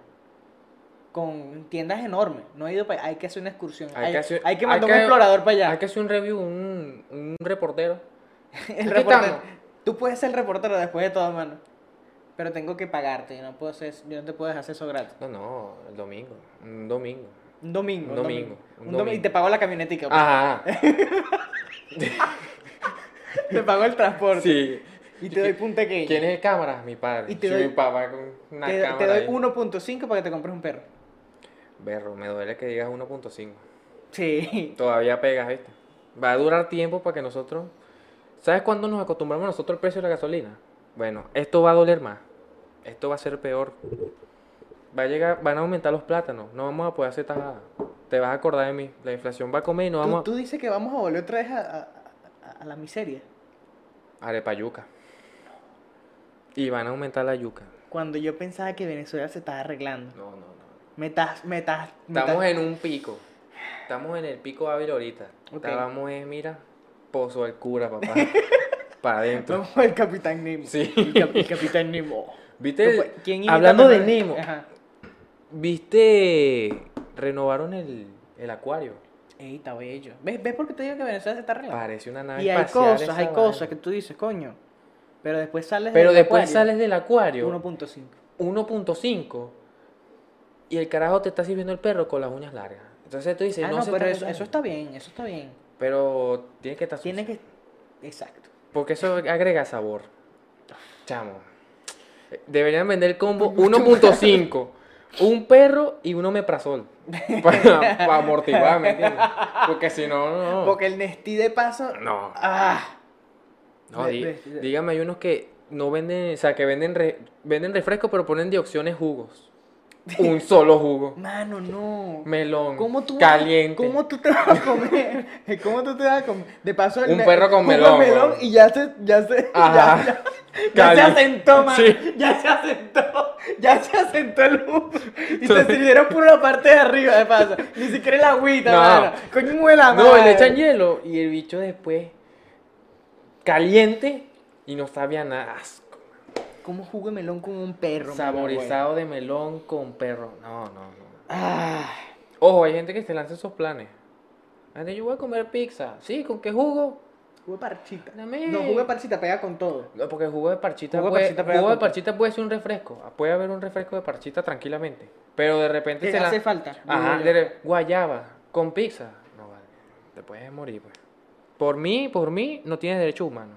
Speaker 1: Con tiendas enormes. No he ido para Hay que hacer una excursión. Hay, hay que,
Speaker 3: hacer-
Speaker 1: mandar
Speaker 3: hay
Speaker 1: un
Speaker 3: que-
Speaker 1: explorador para allá.
Speaker 3: Hay que hacer un review, un, un reportero.
Speaker 1: El
Speaker 3: Aquí
Speaker 1: reportero.
Speaker 3: estamos.
Speaker 1: Tú puedes ser reportero después de todo, mano. Pero tengo que pagarte. Yo no, puedo ser, yo no te puedo dejar hacer eso gratis.
Speaker 3: No, no, el domingo. Un domingo.
Speaker 1: Un domingo.
Speaker 3: Un domingo,
Speaker 1: Un
Speaker 3: un
Speaker 1: domingo.
Speaker 3: domingo. Ah.
Speaker 1: Y te pago la camionetica. pues.
Speaker 3: Ajá.
Speaker 1: Te pago el transporte.
Speaker 3: sí.
Speaker 1: Y te doy punta que
Speaker 3: ¿Quién es el cámara? Mi padre.
Speaker 1: Y te
Speaker 3: Sí,
Speaker 1: doy-
Speaker 3: mi papá con una
Speaker 1: Te,
Speaker 3: cámara.
Speaker 1: te doy
Speaker 3: ahí.
Speaker 1: 1.5 para que te compres un perro.
Speaker 3: Berro, me duele que digas 1.5.
Speaker 1: Sí.
Speaker 3: Todavía pegas, ¿viste? Va a durar tiempo para que nosotros. ¿Sabes cuándo nos acostumbramos nosotros al precio de la gasolina? Bueno, esto va a doler más. Esto va a ser peor. Va a llegar, van a aumentar los plátanos. No vamos a poder hacer tajada. Te vas a acordar de mí. La inflación va a comer y no
Speaker 1: Tú,
Speaker 3: vamos
Speaker 1: tú dices que vamos a volver otra vez a, a- a- a la miseria.
Speaker 3: a. Arepayuca. Y van a aumentar la yuca.
Speaker 1: Cuando yo pensaba que Venezuela se estaba arreglando.
Speaker 3: No, no, no.
Speaker 1: Me estás, me estás. me
Speaker 3: Estamos
Speaker 1: estás-
Speaker 3: en un pico. Estamos en el pico Ávila ahorita.
Speaker 1: Ok.
Speaker 3: Estábamos en, mira, pozo del cura, papá. para adentro.
Speaker 1: Vamos al Capitán Nemo.
Speaker 3: Sí.
Speaker 1: El, cap- el Capitán Nemo.
Speaker 3: ¿Viste?
Speaker 1: Tú, pues, ¿quién imita
Speaker 3: Hablando de
Speaker 1: mejor?
Speaker 3: Nemo,
Speaker 1: Ajá.
Speaker 3: ¿viste? Renovaron el, el acuario.
Speaker 1: Ey, está bello. ¿Ves, ¿Ves por qué te digo que Venezuela se está arreglando?
Speaker 3: Parece una nave
Speaker 1: Y hay
Speaker 3: espacial
Speaker 1: cosas,
Speaker 3: esa
Speaker 1: hay cosas
Speaker 3: vaina.
Speaker 1: que tú dices, coño. Pero después sales
Speaker 3: Pero
Speaker 1: del
Speaker 3: después
Speaker 1: acuario,
Speaker 3: sales del acuario
Speaker 1: 1.5.
Speaker 3: 1.5 y el carajo te está sirviendo el perro con las uñas largas. Entonces tú dices,
Speaker 1: ah,
Speaker 3: no,
Speaker 1: no,
Speaker 3: se
Speaker 1: pero
Speaker 3: está
Speaker 1: eso,
Speaker 3: arreglando.
Speaker 1: eso está bien, eso está bien.
Speaker 3: Pero tiene que estar
Speaker 1: Tiene
Speaker 3: sucio,
Speaker 1: que. Exacto.
Speaker 3: Porque eso agrega sabor. Chamo. Deberían vender el combo 1.5. Un perro y un omeprazol. Para, para amortiguar, ¿me entiendes? Porque si no, no.
Speaker 1: Porque el Nestí de paso.
Speaker 3: No.
Speaker 1: ¡Ah!
Speaker 3: No,
Speaker 1: Ve-
Speaker 3: di-
Speaker 1: ve- ve-
Speaker 3: dígame, hay unos que no venden, o sea, que venden, re- venden refresco, pero ponen de opciones jugos. Un solo jugo.
Speaker 1: Mano, no.
Speaker 3: Melón.
Speaker 1: ¿Cómo tú, vas-
Speaker 3: caliente.
Speaker 1: ¿Cómo tú te vas a comer? ¿Cómo tú te vas a comer? De paso, el
Speaker 3: Un
Speaker 1: ne-
Speaker 3: perro con
Speaker 1: jugo de
Speaker 3: melón, weón.
Speaker 1: y ya se. Ya se
Speaker 3: Ajá.
Speaker 1: ya- Ya se
Speaker 3: Calle.
Speaker 1: asentó, man.
Speaker 3: Sí.
Speaker 1: Ya se asentó. Ya se asentó el humo. Y te sirvieron por la parte de arriba, de paso. Ni siquiera el agüita,
Speaker 3: No.
Speaker 1: mano. Coño, muela,
Speaker 3: No, y le
Speaker 1: madre.
Speaker 3: echan hielo y el bicho después caliente y no sabía nada. Asco.
Speaker 1: ¿Cómo jugo de melón con un perro? mamá,
Speaker 3: Saborizado de melón con perro. No, no, no.
Speaker 1: güey? Ah,
Speaker 3: Ojo, hay gente que se lanza esos planes. Gente, yo voy a comer pizza. Sí, ¿con qué jugo?
Speaker 1: jugo de parchita.
Speaker 3: Dame.
Speaker 1: No, jugo de parchita pega con todo.
Speaker 3: No, porque jugo de parchita,
Speaker 1: Jugo de
Speaker 3: puede,
Speaker 1: parchita pega
Speaker 3: jugo de
Speaker 1: con-
Speaker 3: parchita puede ser un refresco. Ah, Puede haber un refresco de parchita tranquilamente. Pero de repente
Speaker 1: ¿Qué
Speaker 3: se la-
Speaker 1: hace falta?
Speaker 3: Ajá,
Speaker 1: Digo yo.
Speaker 3: de- guayaba con pizza. No vale. Te puedes morir, pues. Por mí, por mí, no tienes derecho humano.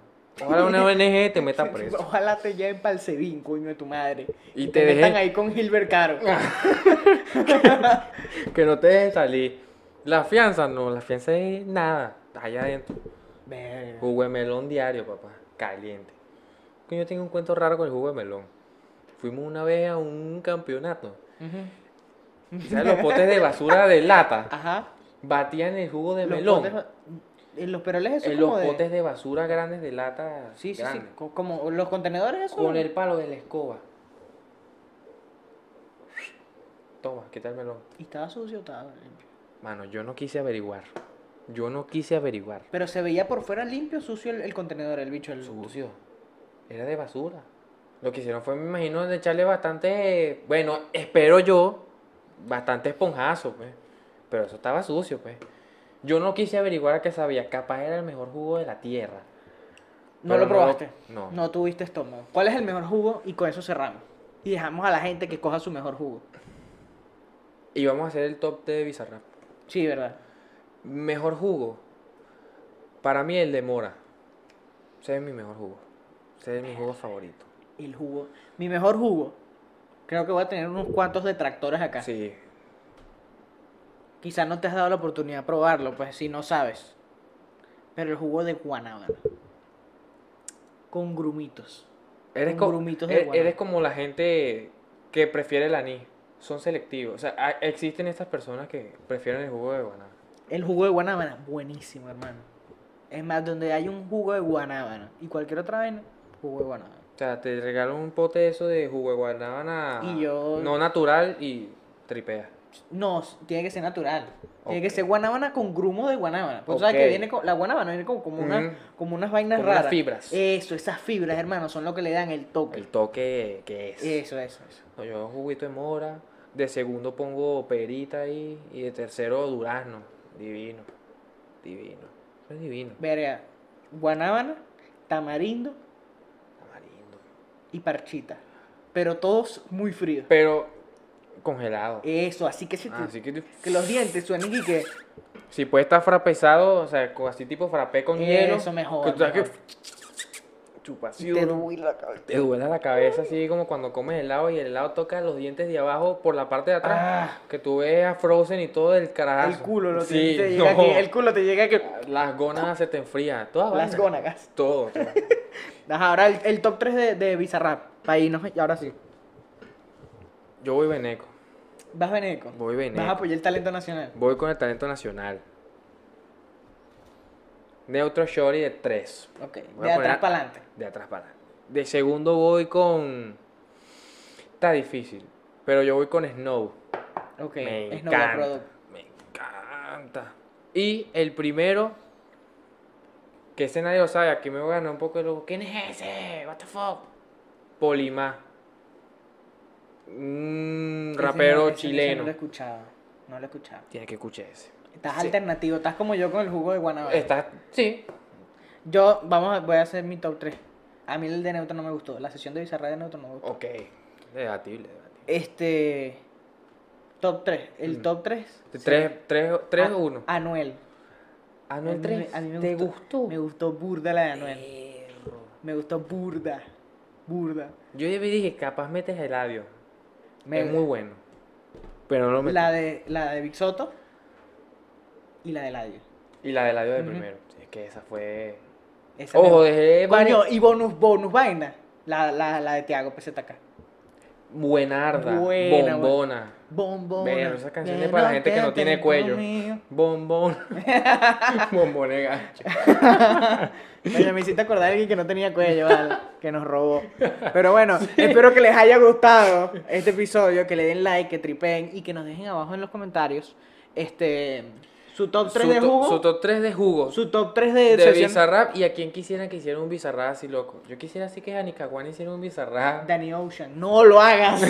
Speaker 3: Ojalá una ONG te meta preso.
Speaker 1: Ojalá te lleven para el Sebin, coño de tu madre.
Speaker 3: Y
Speaker 1: te,
Speaker 3: te dejen-
Speaker 1: metan ahí con Gilbert Caro.
Speaker 3: que no te dejes salir. La fianza, no, la fianza es nada. Allá adentro.
Speaker 1: Verga.
Speaker 3: Jugo de melón diario, papá. Caliente. Que yo tengo un cuento raro con el jugo de melón. Fuimos una vez a un campeonato. Y ¿Sabes los potes de basura de lata?
Speaker 1: Ajá.
Speaker 3: Batían el jugo de
Speaker 1: Los
Speaker 3: melón.
Speaker 1: potes- en los peroles eso
Speaker 3: en
Speaker 1: como
Speaker 3: los
Speaker 1: de-
Speaker 3: potes de basura grandes de lata.
Speaker 1: Sí, sí, sí.
Speaker 3: grandes.
Speaker 1: co- Como los contenedores eso.
Speaker 3: Con el palo de la escoba. Toma, quita el melón.
Speaker 1: Y estaba sucio, estaba limpio.
Speaker 3: Mano, yo no quise averiguar. Yo no quise averiguar.
Speaker 1: Pero se veía por fuera limpio, sucio el, el contenedor, el bicho. El...
Speaker 3: Sucio. Era de basura. Lo que hicieron fue, me imagino, de echarle bastante. Bueno, espero yo. Bastante esponjazo, pues. Pero eso estaba sucio, pues. Yo no quise averiguar a qué sabía. Capaz era el mejor jugo de la tierra.
Speaker 1: No
Speaker 3: Pero
Speaker 1: lo
Speaker 3: no-
Speaker 1: probaste.
Speaker 3: no.
Speaker 1: No tuviste estómago. ¿Cuál es el mejor jugo? Y con eso cerramos. Y dejamos a la gente que coja su mejor jugo.
Speaker 3: Y vamos a hacer el top de Bizarrap.
Speaker 1: Sí, ¿verdad?
Speaker 3: Mejor jugo. Para mí el de mora. Ese es mi mejor jugo. Ese es mi jugo favorito.
Speaker 1: El jugo. Mi mejor jugo. Creo que voy a tener unos cuantos detractores acá.
Speaker 3: Sí.
Speaker 1: Quizás no te has dado la oportunidad de probarlo, pues si no sabes. Pero el jugo de guanábana. Con grumitos.
Speaker 3: Eres,
Speaker 1: Con
Speaker 3: co-
Speaker 1: grumitos de
Speaker 3: e-
Speaker 1: guanábana.
Speaker 3: eres como la gente que prefiere el anís. Son selectivos. O sea, a- existen estas personas que prefieren el jugo de guanábana.
Speaker 1: El jugo de guanábana, buenísimo, hermano. Es más, donde hay un jugo de guanábana y cualquier otra vaina, jugo de guanábana.
Speaker 3: O sea, te regalan un pote de eso de jugo de guanábana
Speaker 1: Y yo-
Speaker 3: no natural y tripea.
Speaker 1: No, s- tiene que ser natural. Tiene que
Speaker 3: Ok.
Speaker 1: ser guanábana con grumo de guanábana. Porque tú sabes que
Speaker 3: Ok.
Speaker 1: viene con, la guanábana viene como, como,
Speaker 3: Ujú.
Speaker 1: una, como unas vainas
Speaker 3: Como unas
Speaker 1: raras.
Speaker 3: fibras.
Speaker 1: Eso, esas fibras, hermano, son lo que le dan el toque.
Speaker 3: El toque que es.
Speaker 1: Eso, eso, eso.
Speaker 3: No, yo juguito de mora, de segundo pongo perita ahí y de tercero durazno. Divino, divino, eso es divino.
Speaker 1: Verga, guanábana, tamarindo
Speaker 3: Tamarindo.
Speaker 1: y parchita. Pero todos muy fríos.
Speaker 3: Pero congelado.
Speaker 1: Eso, así Ah, que, si te-
Speaker 3: Ah, Así que
Speaker 1: que los dientes suenen y que
Speaker 3: si puede estar frapezado, o sea, co- así tipo frappé con hielo.
Speaker 1: Eso mejor,
Speaker 3: que tú sabes que
Speaker 1: mejor.
Speaker 3: chupación,
Speaker 1: te duele la cabeza.
Speaker 3: te duela la cabeza así como cuando comes helado y el helado toca los dientes de abajo por la parte de atrás.
Speaker 1: Ah.
Speaker 3: Que tú ves a Frozen y todo el carajo.
Speaker 1: El culo, lo
Speaker 3: sí,
Speaker 1: te llega
Speaker 3: no.
Speaker 1: aquí, el culo te llega que
Speaker 3: Las gónadas se te enfrían. todas
Speaker 1: las
Speaker 3: vainas.
Speaker 1: gónagas.
Speaker 3: Todo. todo.
Speaker 1: Ajá, ahora el, el top 3 de, de Bizarrap. Para irnos, y ahora sí.
Speaker 3: Yo voy veneco.
Speaker 1: Vas Veneco.
Speaker 3: Voy Veneco.
Speaker 1: Vas a apoyar el talento nacional.
Speaker 3: Voy con el talento nacional. Neutro Shorty de 3.
Speaker 1: Ok,
Speaker 3: Voy
Speaker 1: de
Speaker 3: a
Speaker 1: atrás
Speaker 3: poner-
Speaker 1: para adelante.
Speaker 3: De atrás para adelante. De segundo voy con. Está difícil. Pero yo voy con Snow.
Speaker 1: Ok,
Speaker 3: me
Speaker 1: Eh, es Nova
Speaker 3: encanta.
Speaker 1: Product.
Speaker 3: Me encanta. Y el primero. Que ese nadie lo sabe. Aquí me voy a ganar un poco de loco. ¿Quién es ese? What the fuck? Polimá. Un
Speaker 1: Ese no-
Speaker 3: Mm, rapero
Speaker 1: ese- ese
Speaker 3: chileno.
Speaker 1: No lo he escuchado. No lo he escuchado.
Speaker 3: Tiene que escuchar ese.
Speaker 1: Estás
Speaker 3: Sí.
Speaker 1: alternativo, estás como yo con el jugo de guanábana.
Speaker 3: Está. Sí.
Speaker 1: Yo, vamos, a- voy a hacer mi top 3. A mí el de Neutro no me gustó. La sesión de Bizarrap de Neutro no me gustó.
Speaker 3: Ok. Debatible, debatible.
Speaker 1: Este. Top 3. El top 3.
Speaker 3: Mm. Tres, tres, tres o uno.
Speaker 1: Anuel.
Speaker 3: Anuel
Speaker 1: Ah, A mí me-
Speaker 3: tres.
Speaker 1: a mí me
Speaker 3: ¿Te
Speaker 1: gustó,
Speaker 3: gustó?
Speaker 1: Me gustó burda la de Anuel. Me gustó burda. Burda.
Speaker 3: Yo ya vi dije, capaz metes el labio.
Speaker 1: Me-
Speaker 3: Es muy bueno. Pero no lo metes.
Speaker 1: La de, la de Big Soto y la de Ladio.
Speaker 3: Y la del labio de
Speaker 1: Ujú.
Speaker 3: primero. Sí, Es que esa fue.
Speaker 1: Esa
Speaker 3: Ojo,
Speaker 1: me-
Speaker 3: dejé.
Speaker 1: Coño,
Speaker 3: varios-
Speaker 1: y bonus, bonus vaina. La, la, la de Tiago PZK.
Speaker 3: Buenarda,
Speaker 1: Buena, buena.
Speaker 3: bombona.
Speaker 1: Bombona.
Speaker 3: Pero esas canciones para la gente que no tiene
Speaker 1: tengo
Speaker 3: cuello.
Speaker 1: mío.
Speaker 3: Bombón. Bombón de gancho.
Speaker 1: Oye, me hiciste acordar de alguien que no tenía cuello, vale, que nos robó. Pero bueno, espero que les haya gustado este episodio, que le den like, que tripen y que nos dejen abajo en los comentarios este su top 3
Speaker 3: Su
Speaker 1: de
Speaker 3: to-
Speaker 1: jugo,
Speaker 3: Su
Speaker 1: su,
Speaker 3: top 3 de jugo.
Speaker 1: top 3 de,
Speaker 3: de
Speaker 1: sesión.
Speaker 3: Bizarrap. ¿Y a quién quisiera que hiciera un Bizarrap así, loco? Yo quisiera así que Janikawan hiciera un Bizarrap.
Speaker 1: Danny Ocean, no lo hagas.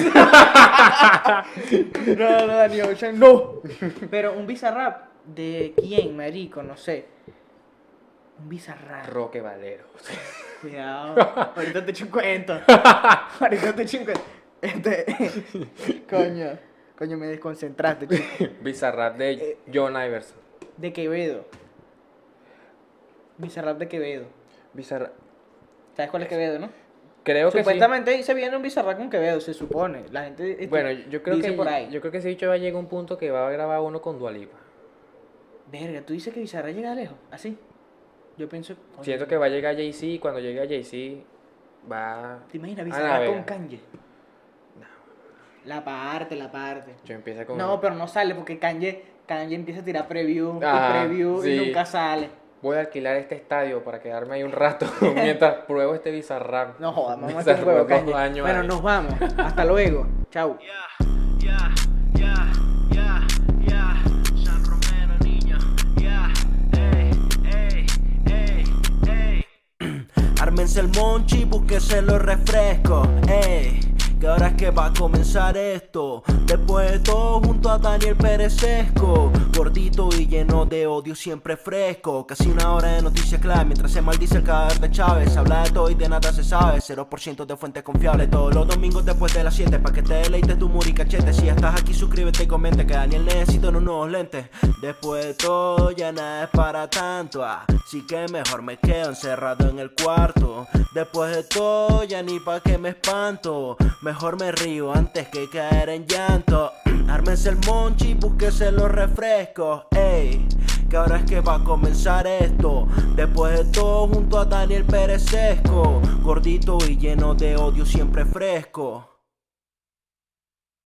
Speaker 1: no, no, Danny Ocean, no. Pero un bizarrap de quién, marico, no sé. Un bizarrap.
Speaker 3: Roque Valero.
Speaker 1: Cuidado, ahorita te echo un cuento. Ahorita te echo un cuento. Este, coño, coño, me desconcentraste. chico.
Speaker 3: Bizarrap
Speaker 1: Eh,
Speaker 3: de John Iverson.
Speaker 1: De Quevedo. Bizarrap de Quevedo.
Speaker 3: Bizarrap.
Speaker 1: ¿Sabes cuál es Quevedo, no?
Speaker 3: Creo que sí.
Speaker 1: Supuestamente se viene un bizarrap con Quevedo, se supone. La gente este,
Speaker 3: Bueno, yo creo
Speaker 1: dice
Speaker 3: que
Speaker 1: por ahí.
Speaker 3: yo creo que ese bicho va a llegar a un punto que va a grabar uno con Dualipa.
Speaker 1: Verga, tú dices que Bizarrap llega lejos, así. Yo pienso. coño,
Speaker 3: Siento que va a llegar Jay-Z y cuando llegue a Jay-Z va
Speaker 1: ¿Te imaginas
Speaker 3: la
Speaker 1: Bizarrap con
Speaker 3: Ah, verga.
Speaker 1: Kanye? La parte, la parte.
Speaker 3: yo empieza con
Speaker 1: No, pero no sale porque Kanye, Kanye empieza a tirar preview
Speaker 3: Ah,
Speaker 1: y preview
Speaker 3: sí.
Speaker 1: y nunca sale.
Speaker 3: voy a alquilar este estadio para quedarme ahí un rato mientras pruebo este bizarrap.
Speaker 1: No jodas, vamos a hacer
Speaker 3: Bizarrap
Speaker 1: un huevo,
Speaker 3: dos
Speaker 1: Kanye.
Speaker 3: años
Speaker 1: Bueno,
Speaker 3: ahí.
Speaker 1: nos vamos. Hasta luego. Chau.
Speaker 8: Ya, ya, ya, ya, San Romero, niña, ya, ey, ey, ey, ey.
Speaker 4: Ármense el monchi, búsquese los refrescos, ey. Que ahora es que va a comenzar esto. Después de todo, junto a Daniel Pérez Sesco. Gordito y lleno de odio, siempre fresco. Casi una hora de noticias clave mientras se maldice el cadáver de Chávez. Habla de todo y de nada se sabe. 0% de fuentes confiables. Todos los domingos después de las 7. Pa' que te deleites tu muri cachete. Si ya estás aquí, suscríbete y comenta que Daniel necesita unos nuevos lentes. Después de todo, ya nada es para tanto. Así que mejor me quedo encerrado en el cuarto. Después de todo, ya ni pa' que me espanto. Mejor me río antes que caer en llanto. Ármense el monchi, búsquese los refrescos. Ey, que ahora es que va a comenzar esto. Después de todo, junto a Daniel Pérez Sesco. Gordito y lleno de odio, siempre fresco.